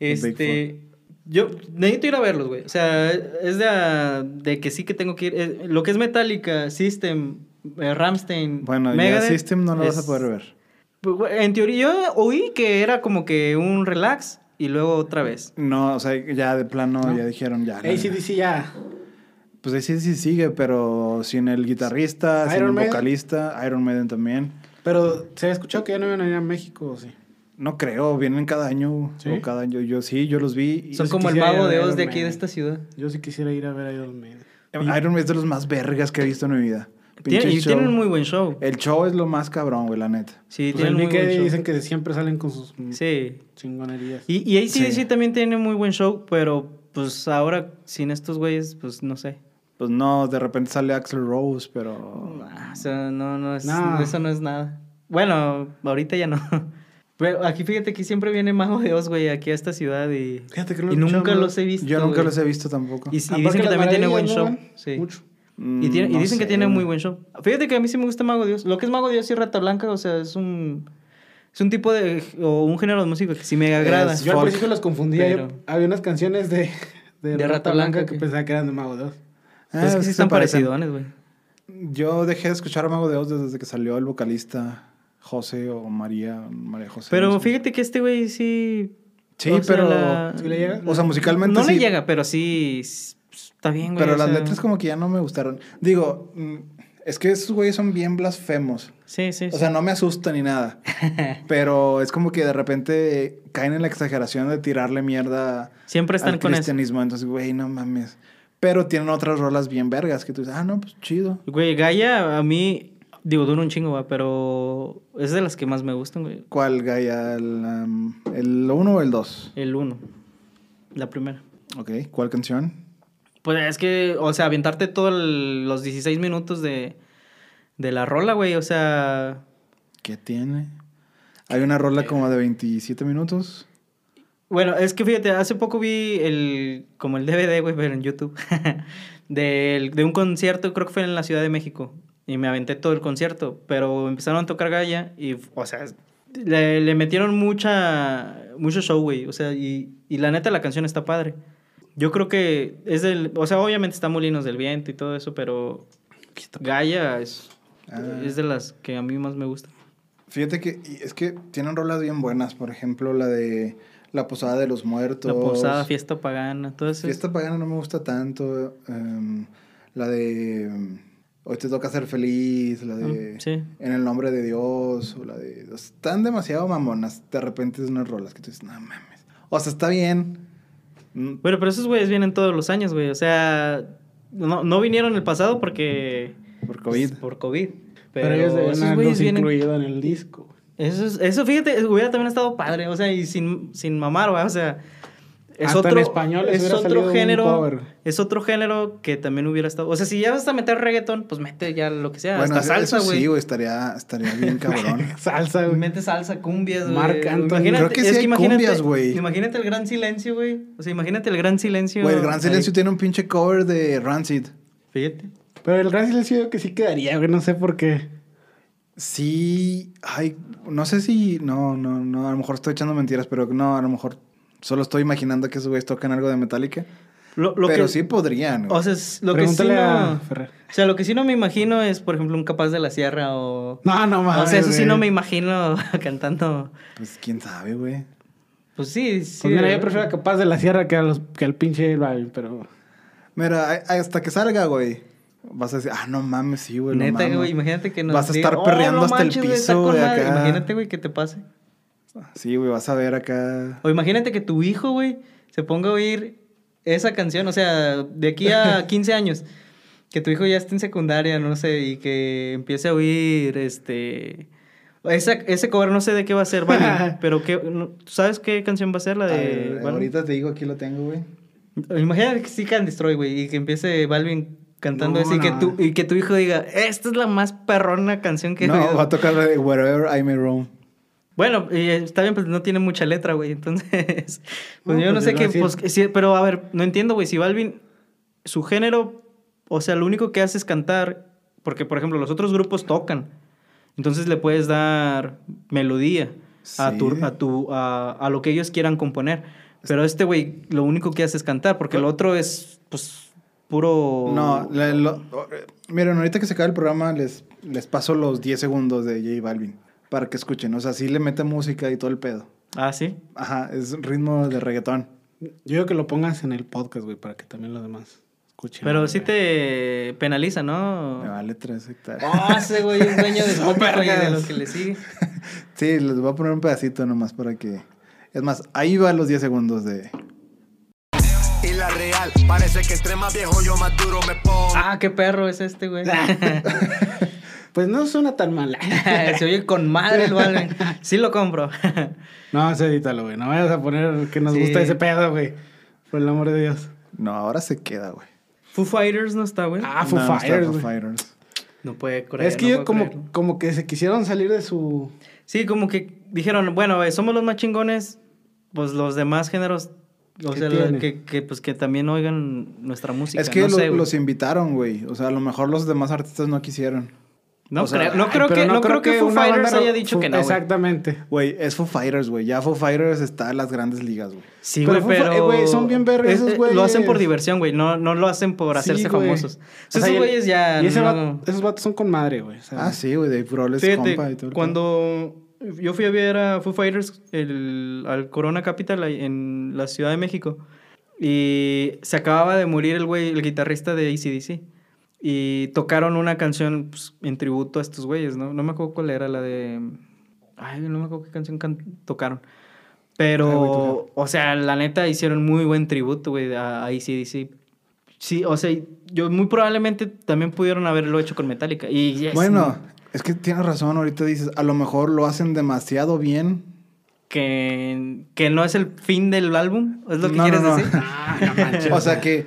Speaker 1: El Big
Speaker 4: Este, yo necesito ir a verlos, güey. O sea, es de, a- de que sí que tengo que ir. Eh, Lo que es Metallica, System, eh, Ramstein,
Speaker 1: Bueno, ya System no lo vas a poder ver.
Speaker 4: Pues, En teoría, yo oí que era como que un relax y luego otra vez.
Speaker 1: No, o sea, ya de plano ya dijeron ya. la verdad.
Speaker 5: ACDC ya.
Speaker 1: Pues ahí sí, sí sigue, pero sin el guitarrista, sin
Speaker 5: Iron
Speaker 1: el
Speaker 5: Maiden.
Speaker 1: vocalista, Iron Maiden también.
Speaker 5: Pero se ha escuchado que ya no iban a ir a México, ¿o sí.
Speaker 1: No creo, vienen cada año
Speaker 5: ¿Sí?
Speaker 1: o cada año. Yo sí, yo los vi. y-
Speaker 4: Son
Speaker 5: sí
Speaker 4: como el
Speaker 5: quisiera ir a
Speaker 4: mago de
Speaker 5: ver
Speaker 4: Oz de
Speaker 5: Iron
Speaker 4: aquí de
Speaker 5: Maiden.
Speaker 4: esta ciudad.
Speaker 5: Yo sí quisiera ir a ver a Iron Maiden.
Speaker 1: Iron Maiden es de los más vergas que he visto en mi vida.
Speaker 4: Tiene-
Speaker 1: Pinche
Speaker 4: y
Speaker 1: show.
Speaker 4: tienen un muy buen show.
Speaker 1: El show es lo más cabrón, güey, la neta.
Speaker 4: Sí,
Speaker 5: Pues
Speaker 4: tienen muy
Speaker 5: vi que
Speaker 4: buen show.
Speaker 5: dicen que siempre salen con sus mm,
Speaker 4: Sí.
Speaker 5: chingonerías.
Speaker 4: Y, y ACDC
Speaker 1: Sí.
Speaker 4: también tiene muy buen show, pero pues ahora sin estos güeyes, pues no sé.
Speaker 1: Pues no, de repente sale Axel Rose, pero.
Speaker 4: Ah, o sea, no, no es,
Speaker 5: No.
Speaker 4: eso no es nada. Bueno, ahorita ya no. Pero aquí fíjate que siempre viene Mago de Oz, güey, aquí a esta ciudad y,
Speaker 5: Fíjate que no
Speaker 4: y
Speaker 5: lo he
Speaker 4: nunca
Speaker 5: escuchado,
Speaker 4: los he visto.
Speaker 1: Yo nunca
Speaker 4: güey.
Speaker 1: los he visto tampoco.
Speaker 4: Y, sí-
Speaker 5: Ah,
Speaker 4: y dicen
Speaker 5: Parque
Speaker 4: que
Speaker 5: de
Speaker 4: también tiene
Speaker 5: Maravillas,
Speaker 4: buen
Speaker 5: ¿no,
Speaker 4: show.
Speaker 5: güey?
Speaker 4: Sí.
Speaker 5: Mucho.
Speaker 4: Y, tiene- y
Speaker 1: Mm, no
Speaker 4: dicen que
Speaker 1: sé,
Speaker 4: tiene muy
Speaker 1: güey.
Speaker 4: buen show. Fíjate que a mí sí me gusta Mago de Dios. Lo que es Mago de Dios y Rata Blanca, o sea, es un. Es un tipo de. o un género de música que sí me agrada.
Speaker 1: Es
Speaker 5: Yo al
Speaker 1: folk,
Speaker 5: principio los confundía. yo-
Speaker 4: pero-
Speaker 5: había unas canciones de, de, Rata, Blanca, que,
Speaker 4: que-
Speaker 5: pensaba que eran de Mago 2.
Speaker 1: Ah,
Speaker 4: es
Speaker 1: pues
Speaker 4: que sí
Speaker 1: se
Speaker 4: están
Speaker 1: parecen.
Speaker 4: parecidones, güey.
Speaker 1: Yo dejé de escuchar a Mago de Oz desde que salió el vocalista José o María, María José. no
Speaker 4: Pero
Speaker 1: sé.
Speaker 4: fíjate que este güey sí.
Speaker 1: Sí,
Speaker 4: o sea,
Speaker 1: pero.
Speaker 4: la-
Speaker 5: ¿Sí le llega?
Speaker 1: O sea, musicalmente
Speaker 4: no
Speaker 1: sí.
Speaker 4: le llega, pero sí. s- Está bien, güey.
Speaker 1: Pero
Speaker 4: o
Speaker 1: las
Speaker 4: sea,
Speaker 1: letras como que ya no me gustaron. Digo, mm, es que esos güeyes son bien blasfemos.
Speaker 4: Sí, sí. sí.
Speaker 1: O sea, no me asustan ni nada. pero es como que de repente eh, caen en la exageración de tirarle mierda
Speaker 4: Siempre están
Speaker 1: al
Speaker 4: con eso.
Speaker 1: cristianismo. Entonces, güey, no mames. Pero tienen otras rolas bien vergas que tú dices, ah, no, pues chido.
Speaker 4: Güey, Gaia, a mí. Digo, dura un chingo, va, pero. Es de las que más me gustan, güey.
Speaker 1: ¿Cuál, Gaia? ¿El, um, el uno o el dos?
Speaker 4: El uno. La primera.
Speaker 1: Ok, ¿cuál canción?
Speaker 4: Pues es que, o sea, aventarte todos los 16 minutos de, de la rola, güey. O sea,
Speaker 1: ¿Qué tiene? Hay una rola como de 27 minutos.
Speaker 4: Bueno, es que fíjate, hace poco vi el, como el DVD, güey, pero en YouTube, del- de un concierto, creo que fue en la Ciudad de México, y me aventé todo el concierto, pero empezaron a tocar galla y, o sea, le, le metieron mucha, mucho show, güey, o sea, y, y la neta la canción está padre. Yo creo que es del, o sea, obviamente está Molinos del Viento y todo eso, pero Gaia es,
Speaker 1: Ah.
Speaker 4: es de las que a mí más me gusta.
Speaker 1: Fíjate que y es que tienen rolas bien buenas. Por ejemplo, la de La Posada de los Muertos.
Speaker 4: La Posada, Fiesta Pagana, todo eso.
Speaker 1: Fiesta Pagana no me gusta tanto. em, la de em, Hoy te toca ser feliz. La de
Speaker 4: Ah, sí.
Speaker 1: En el nombre de Dios. O la de. Están demasiado mamonas. De repente es unas rolas que tú dices, no mames. O sea, está bien. Mm,
Speaker 4: Bueno, pero esos güeyes vienen todos los años, güey. O sea, no, no vinieron el pasado porque... pues,
Speaker 1: Por COVID.
Speaker 4: Por COVID. Pero,
Speaker 6: Pero, ellos
Speaker 4: esos
Speaker 6: deben
Speaker 4: güeyes
Speaker 6: haberlos
Speaker 4: vienen...
Speaker 6: incluido en el disco. güey.
Speaker 4: Eso, es- eso, fíjate, hubiera también estado padre. O sea, y sin, sin mamar, güey. O sea... Es
Speaker 6: Hasta en
Speaker 4: otro,
Speaker 6: español les
Speaker 4: es
Speaker 6: hubiera salido
Speaker 4: otro
Speaker 6: un
Speaker 4: género.
Speaker 6: cover.
Speaker 4: Es otro género que también hubiera estado. O sea, si ya vas a meter reggaetón, pues mete ya lo que sea.
Speaker 1: Bueno,
Speaker 4: hasta
Speaker 1: eso
Speaker 4: salsa, güey.
Speaker 1: Sí, güey, estaría, estaría bien cabrón.
Speaker 6: Salsa, güey.
Speaker 4: Mete salsa, cumbias, güey.
Speaker 6: Marc Anthony.
Speaker 4: Imagínate-
Speaker 1: Creo que sí
Speaker 4: es
Speaker 1: hay
Speaker 4: imagínate-
Speaker 1: cumbias, güey.
Speaker 4: Imagínate el gran silencio, güey. O sea, imagínate el gran silencio.
Speaker 1: Güey, el Gran
Speaker 4: ahí.
Speaker 1: Silencio tiene un pinche cover de Rancid.
Speaker 4: Fíjate.
Speaker 6: Pero el Gran Silencio que sí quedaría, güey. No sé por qué.
Speaker 1: Sí, ay, no sé si, no, no, no, a lo mejor estoy echando mentiras, pero no, a lo mejor solo estoy imaginando que esos güeyes tocan algo de Metallica.
Speaker 4: Lo, lo
Speaker 1: pero
Speaker 4: que,
Speaker 1: sí podrían. güey.
Speaker 4: O sea, es- lo que sí
Speaker 6: Pregúntale
Speaker 4: no...
Speaker 6: a Ferrer.
Speaker 4: O sea, lo que sí no me imagino es, por ejemplo, un Capaz de la Sierra o...
Speaker 6: No, no mames.
Speaker 4: o sea, eso sí
Speaker 6: güey.
Speaker 4: no me imagino cantando...
Speaker 1: pues quién sabe, güey.
Speaker 4: Pues sí, sí.
Speaker 6: Pues mira, yo prefiero a Capaz de la Sierra que, a los, que al pinche Balvin, pero.
Speaker 1: Mira, a- hasta que salga, güey, vas a decir, ah, no mames, sí, güey. no
Speaker 4: Neta,
Speaker 1: mames".
Speaker 4: güey, imagínate que nos
Speaker 1: Vas a
Speaker 4: diga,
Speaker 1: estar
Speaker 4: "Oh,
Speaker 1: perreando
Speaker 4: no
Speaker 1: hasta el
Speaker 4: manches, güey, está
Speaker 1: piso,
Speaker 4: con
Speaker 1: güey,
Speaker 4: madre".
Speaker 1: acá.
Speaker 4: Imagínate, güey, que te pase.
Speaker 1: Sí, güey, vas a ver acá.
Speaker 4: O imagínate que tu hijo, güey, se ponga a oír esa canción, o sea, de aquí a 15 años, que tu hijo ya esté en secundaria, no sé, y que empiece a oír, este... Esa, ese cover no sé de qué va a ser, Balvin, pero que, ¿sabes qué canción va a ser la
Speaker 1: A
Speaker 4: de
Speaker 1: ver,
Speaker 4: Balvin?
Speaker 1: ahorita te digo, aquí lo tengo, güey.
Speaker 4: Imagínate que sí Can Destroy, güey, y que empiece Balvin cantando
Speaker 6: No,
Speaker 4: eso y, que
Speaker 6: no.
Speaker 4: tu, y que tu hijo diga, esta es la más perrona canción que he
Speaker 1: No,
Speaker 4: oído".
Speaker 1: va a tocar la de Wherever I May Roam.
Speaker 4: Bueno, y, eh, está bien, pues no tiene mucha letra, güey. Entonces,
Speaker 6: No,
Speaker 4: pues yo no
Speaker 6: pues,
Speaker 4: sé
Speaker 6: yo
Speaker 4: qué.
Speaker 6: lo
Speaker 4: Pues,
Speaker 6: decía.
Speaker 4: que sí, pero a ver, no entiendo, güey. Si Balvin, su género, o sea, lo único que hace es cantar, porque por ejemplo, los otros grupos tocan. Entonces le puedes dar melodía a, tu,
Speaker 1: Sí.
Speaker 4: a, tu, a, a lo que ellos quieran componer. Pero este, güey, lo único que hace es cantar, porque lo otro es, pues, puro.
Speaker 1: No, la- lo- miren, ahorita que se acaba el programa les, les paso los 10 segundos de J Balvin para que escuchen. O sea, sí le mete música y todo el pedo.
Speaker 4: Ah, sí.
Speaker 1: Ajá, es ritmo de reggaetón.
Speaker 6: Yo digo que lo pongas en el podcast, güey, para que también los demás escuchen.
Speaker 4: Pero
Speaker 6: güey.
Speaker 4: sí te penaliza, ¿no?
Speaker 1: Me vale 3 hectáreas.
Speaker 4: Ah, ese güey es dueño de
Speaker 6: No,
Speaker 4: Spotify y de
Speaker 6: vergas.
Speaker 4: lo que le sigue.
Speaker 1: Sí, les voy a poner un pedacito nomás para que... Es más, ahí va los 10 segundos de...
Speaker 3: Y la real, parece que entre más viejo yo más duro me pongo.
Speaker 4: Ah, qué perro es este güey.
Speaker 6: Pues no suena tan mal.
Speaker 4: Se oye con madre el Balvin. Sí lo compro.
Speaker 6: no, eso edítalo, güey. No vayas a poner que nos
Speaker 4: Sí.
Speaker 6: gusta ese pedo, güey. Por el amor de Dios.
Speaker 1: No, ahora se queda, güey.
Speaker 4: Foo Fighters no está, güey.
Speaker 6: Ah, Foo
Speaker 1: No, no está
Speaker 6: Fighters,
Speaker 1: Foo
Speaker 6: güey.
Speaker 1: Fighters.
Speaker 4: No puede creer.
Speaker 6: Es que
Speaker 4: no
Speaker 6: yo
Speaker 4: puedo
Speaker 6: como,
Speaker 4: creerlo.
Speaker 6: como que se quisieron salir de su...
Speaker 4: Sí, como que dijeron, bueno, güey, somos los más chingones, pues los demás géneros, o
Speaker 6: ¿Qué
Speaker 4: sea, la-
Speaker 6: tiene?
Speaker 4: que, que, pues que también oigan nuestra música.
Speaker 1: es que
Speaker 4: no
Speaker 1: lo-
Speaker 4: sé, güey.
Speaker 1: los invitaron, güey. O sea, a lo mejor los demás artistas no quisieron.
Speaker 4: no,
Speaker 1: o sea,
Speaker 4: creo, no
Speaker 6: Ay,
Speaker 4: creo
Speaker 6: pero
Speaker 4: que, no creo que Foo
Speaker 6: una banda
Speaker 4: Fighters
Speaker 6: no-
Speaker 4: haya dicho
Speaker 6: Foo-
Speaker 4: que no. güey.
Speaker 6: Exactamente.
Speaker 1: Güey, es Foo Fighters, güey. Ya Foo Fighters está en las grandes ligas, güey.
Speaker 4: Sí,
Speaker 6: Pero
Speaker 4: güey,
Speaker 6: Foo Fi-
Speaker 4: pero.
Speaker 6: eh, güey, son bien verga
Speaker 4: Es-
Speaker 6: esos
Speaker 4: eh, Lo
Speaker 6: güeyes.
Speaker 4: hacen por diversión, güey. No, no lo hacen por hacerse
Speaker 6: Sí, güey.
Speaker 4: famosos. O
Speaker 6: O sea,
Speaker 4: sea,
Speaker 6: y
Speaker 4: esos
Speaker 6: el-
Speaker 4: güeyes ya.
Speaker 6: Y ese
Speaker 4: no-
Speaker 6: vato- esos vatos son con madre, güey. o sea,
Speaker 1: Ah, sí, güey. Dave Grohl es
Speaker 4: Fíjate,
Speaker 1: compa y todo el
Speaker 4: cuando yo fui a ver a Foo Fighters el- al Corona Capital ahí en la Ciudad de México y se acababa de morir el güey, el guitarrista de ACDC. Y tocaron una canción pues, en tributo a estos güeyes, ¿no? No me acuerdo cuál era la de... Ay, no me acuerdo qué canción can- tocaron. Pero,
Speaker 1: Ah, güey, tocaron.
Speaker 4: o sea, la neta hicieron muy buen tributo, güey, a, a ACDC. Sí, o sea, yo muy probablemente también pudieron haberlo hecho con Metallica. Y yes,
Speaker 1: Bueno, es que tienes razón, ahorita dices, a lo mejor lo hacen demasiado bien.
Speaker 4: que, que no es el fin del álbum, es lo que
Speaker 1: No,
Speaker 4: quieres
Speaker 1: no, no.
Speaker 4: decir.
Speaker 6: Ah, no manches.
Speaker 1: O sea que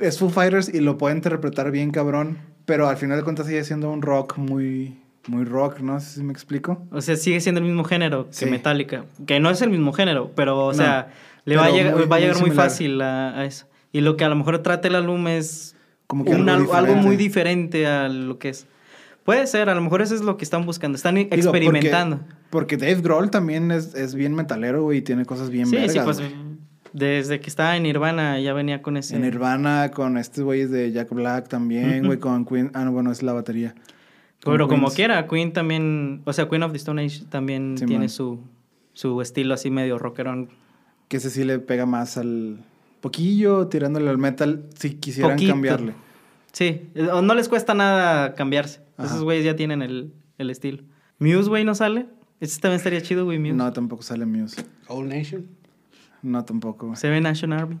Speaker 1: es Foo Fighters y lo pueden interpretar bien cabrón, pero al final de cuentas sigue siendo un rock muy muy rock, no sé si me explico.
Speaker 4: O sea, sigue siendo el mismo género
Speaker 1: Sí.
Speaker 4: que Metallica. Que no es el mismo género, pero, o
Speaker 1: No,
Speaker 4: sea, le va a
Speaker 1: pero
Speaker 4: llegar
Speaker 1: muy-
Speaker 4: muy, va a
Speaker 1: muy
Speaker 4: llegar muy
Speaker 1: similar.
Speaker 4: fácil a, a eso. Y lo que a lo mejor trata el álbum es
Speaker 1: Como que
Speaker 4: un al- algo,
Speaker 1: algo, diferente.
Speaker 4: muy diferente a lo que es. Puede ser, a lo mejor eso es lo que están buscando. Están
Speaker 1: Digo, porque-
Speaker 4: experimentando.
Speaker 1: Porque, Dave Grohl también es, es bien metalero, güey, y tiene cosas bien
Speaker 4: sí,
Speaker 1: vergas,
Speaker 4: sí, pues
Speaker 1: güey.
Speaker 4: desde que estaba en Nirvana ya venía con ese.
Speaker 1: En Nirvana, con estos güeyes de Jack Black también,
Speaker 4: Ujú.
Speaker 1: güey, con Queen. Ah, no, bueno, es la batería. con
Speaker 4: Pero como
Speaker 1: Queens.
Speaker 4: quiera, Queen también, o sea, Queen of the Stone Age también
Speaker 1: Sí, man.
Speaker 4: tiene su, su estilo así medio rockerón.
Speaker 1: Que ese sí le pega más al poquillo, tirándole al metal, si quisieran
Speaker 4: Poquito.
Speaker 1: cambiarle.
Speaker 4: Sí, eh, o no les cuesta nada cambiarse.
Speaker 1: Ajá.
Speaker 4: Esos güeyes ya tienen el, el estilo. Muse, güey, no sale. Este también estaría chido, güey, Muse.
Speaker 1: No, tampoco sale Muse.
Speaker 5: Old Nation.
Speaker 1: No, tampoco. güey.
Speaker 4: Seven Nation Army.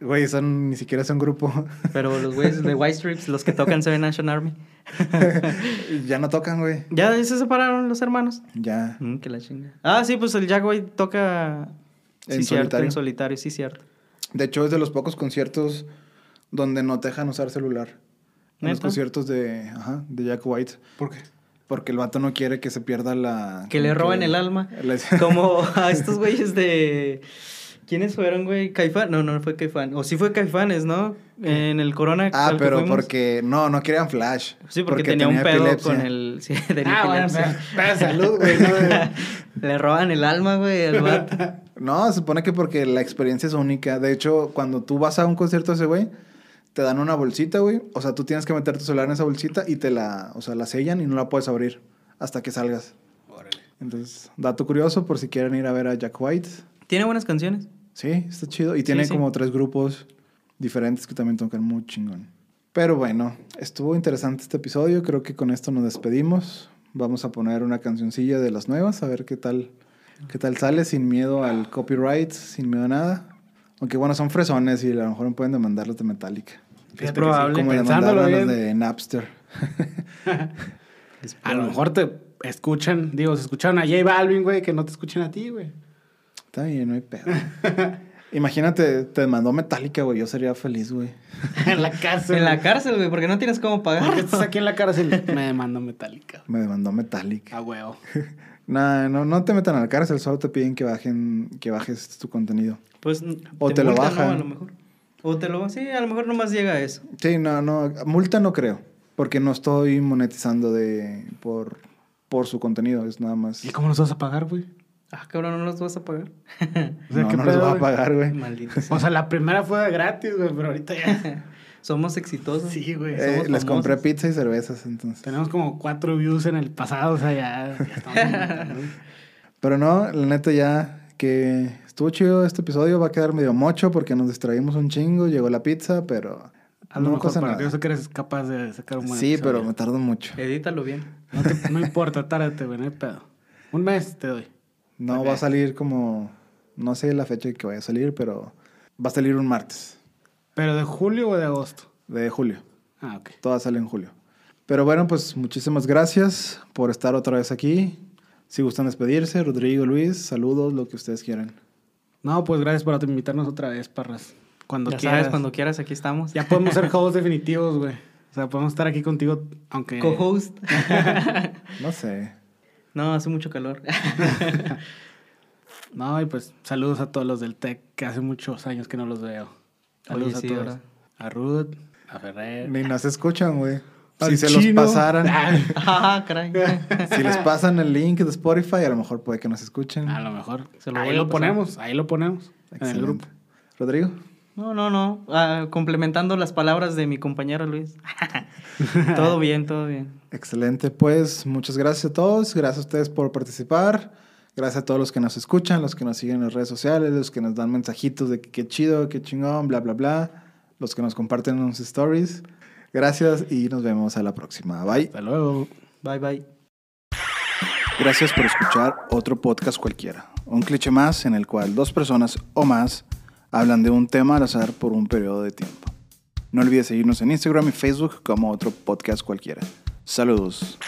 Speaker 1: Güey, son, ni siquiera son grupo.
Speaker 4: Pero los güeyes de White Stripes, los que tocan Seven Nation Army.
Speaker 1: ya no tocan, güey.
Speaker 4: ya se separaron los hermanos.
Speaker 1: Ya.
Speaker 4: Mm, que la chinga. Ah, sí, pues el Jack, güey, toca.
Speaker 1: En
Speaker 4: sí, cierto,
Speaker 1: solitario.
Speaker 4: en solitario, sí, cierto.
Speaker 1: De hecho, es de los pocos conciertos donde no te dejan usar celular. En los
Speaker 4: ¿Neta?
Speaker 1: conciertos de, ajá, de Jack White.
Speaker 5: ¿Por qué?
Speaker 1: Porque el vato no quiere que se pierda la...
Speaker 4: Que le
Speaker 1: como
Speaker 4: roben el alma.
Speaker 1: la-
Speaker 4: Como a estos güeyes de. ¿Quiénes fueron, güey? Caifán. No, no fue Caifán. O sí fue Caifanes, ¿no? En el Corona.
Speaker 1: Ah,
Speaker 4: al que
Speaker 1: pero
Speaker 4: fuimos.
Speaker 1: porque... No, no querían flash.
Speaker 4: Sí, porque, tenía, un pedo
Speaker 1: epilepsia.
Speaker 4: con el. Sí, tenía
Speaker 5: Ah, bueno,
Speaker 4: epilepsia.
Speaker 5: pero- pero salud, güey. no de-
Speaker 4: Le roban el alma, güey, al vato.
Speaker 1: No, se supone que porque la experiencia es única. De hecho, cuando tú vas a un concierto de ese güey, te dan una bolsita, güey. O sea, tú tienes que meter tu celular en esa bolsita y te la... O sea, la sellan y no la puedes abrir hasta que salgas. Entonces, dato curioso por si quieren ir a ver a Jack White.
Speaker 4: Tiene buenas canciones.
Speaker 1: Sí, está chido. Y tiene
Speaker 4: sí.
Speaker 1: como tres grupos diferentes que también tocan muy chingón. Pero bueno, estuvo interesante este episodio. Creo que con esto nos despedimos. Vamos a poner una cancioncilla de las nuevas, a ver qué tal, qué tal sale, sin miedo al copyright, sin miedo a nada. Aunque bueno, son fresones y a lo mejor pueden demandar los de Metallica.
Speaker 5: Fíjate que
Speaker 4: probable.
Speaker 1: Como
Speaker 5: pensándolo
Speaker 1: demandaron los
Speaker 5: bien.
Speaker 1: de Napster.
Speaker 5: A lo mejor te escuchan, digo, se escucharon a J Balvin, güey, que no te escuchen a ti, güey.
Speaker 1: Está bien, no hay pedo. Imagínate, te demandó Metallica, güey. Yo sería feliz, güey.
Speaker 5: en la cárcel.
Speaker 4: En la cárcel, güey, porque no tienes cómo
Speaker 5: ¿Por qué
Speaker 4: pagar.
Speaker 5: estás aquí en la cárcel? Me demandó Metallica.
Speaker 1: Me demandó Metallica.
Speaker 5: A huevo.
Speaker 1: Nah, no, no te metan a la cárcel, solo te piden que bajen, que bajes tu contenido.
Speaker 4: Pues.
Speaker 1: O te lo
Speaker 4: multan, ¿no?
Speaker 1: bajan.
Speaker 4: A lo mejor. O te lo. Sí, a lo mejor nomás llega a eso.
Speaker 1: Sí, no, no, multa no creo, porque no estoy monetizando de por, por su contenido, es nada más.
Speaker 5: ¿Y cómo nos vas a pagar, güey?
Speaker 4: Ah, cabrón, no los vas a pagar.
Speaker 5: O sea,
Speaker 1: no,
Speaker 5: ¿qué
Speaker 1: no les
Speaker 5: pedo,
Speaker 1: va a
Speaker 5: güey?
Speaker 1: pagar, güey.
Speaker 4: Maldito.
Speaker 5: O sea, la primera fue de gratis, güey, pero ahorita ya.
Speaker 4: Somos exitosos.
Speaker 5: Sí, güey.
Speaker 1: Eh,
Speaker 5: somos
Speaker 1: les
Speaker 5: famosos.
Speaker 1: compré pizza y cervezas, entonces.
Speaker 5: Tenemos como cuatro views en el pasado, o sea, ya, ya estamos aumentando, güey.
Speaker 1: Pero no, la neta ya que estuvo chido este episodio, va a quedar medio mocho porque nos distraímos un chingo, llegó la pizza, pero
Speaker 5: A lo
Speaker 1: no
Speaker 5: mejor
Speaker 1: pasa
Speaker 5: para ti, yo
Speaker 1: nada.
Speaker 5: sé que eres capaz de sacar un buen
Speaker 1: Sí,
Speaker 5: episodio.
Speaker 1: pero me tardo mucho.
Speaker 4: Edítalo bien.
Speaker 5: No, te- no importa, tárdate, güey, no hay pedo. Un mes te doy.
Speaker 1: No
Speaker 5: Ok.
Speaker 1: va a salir como no sé la fecha que vaya a salir, pero va a salir un martes
Speaker 5: ¿Pero de julio o de agosto?
Speaker 1: de julio.
Speaker 5: Ah, ok.
Speaker 1: Todas salen en julio. Pero bueno, pues muchísimas gracias por estar otra vez aquí. Si gustan despedirse, Rodrigo, Luis, saludos, lo que ustedes quieran.
Speaker 5: No, pues gracias por invitarnos otra vez, Parras. Cuando
Speaker 4: ya
Speaker 5: quieras.
Speaker 4: sabes, cuando quieras, aquí estamos.
Speaker 5: Ya podemos ser hosts definitivos, güey. O sea, podemos estar aquí contigo, aunque...
Speaker 4: Co-host.
Speaker 1: No sé.
Speaker 4: no, hace mucho calor.
Speaker 5: No, y pues saludos a todos los del TEC, que hace muchos años que no los veo. Saludos
Speaker 4: Oye, sí,
Speaker 5: a todos.
Speaker 4: ¿verdad?
Speaker 5: A Ruth, a Ferrer.
Speaker 1: Ni nos escuchan, güey. Si
Speaker 5: al
Speaker 1: se los
Speaker 5: Chino.
Speaker 1: pasaran,
Speaker 4: ah, caray.
Speaker 1: si les pasan el link de Spotify, a lo mejor puede que nos escuchen.
Speaker 5: A lo mejor.
Speaker 4: Se lo voy
Speaker 5: ahí
Speaker 4: a
Speaker 5: lo
Speaker 4: pasar.
Speaker 5: ponemos, ahí lo ponemos. Ah, En el
Speaker 1: Excelente.
Speaker 5: grupo.
Speaker 1: Rodrigo.
Speaker 4: No, no, no. Ah, complementando las palabras de mi compañero Luis. todo bien, todo bien.
Speaker 1: Excelente, pues muchas gracias a todos, gracias a ustedes por participar, gracias a todos los que nos escuchan, los que nos siguen en las redes sociales, los que nos dan mensajitos de que qué chido, qué chingón, bla, bla, bla, los que nos comparten en sus stories. Gracias y nos vemos a la próxima. Bye.
Speaker 5: Hasta luego.
Speaker 4: Bye, bye.
Speaker 1: Gracias por escuchar otro podcast cualquiera, un cliché más en el cual dos personas o más hablan de un tema al azar por un periodo de tiempo. No olvides seguirnos en Instagram y Facebook como otro podcast cualquiera. Saludos.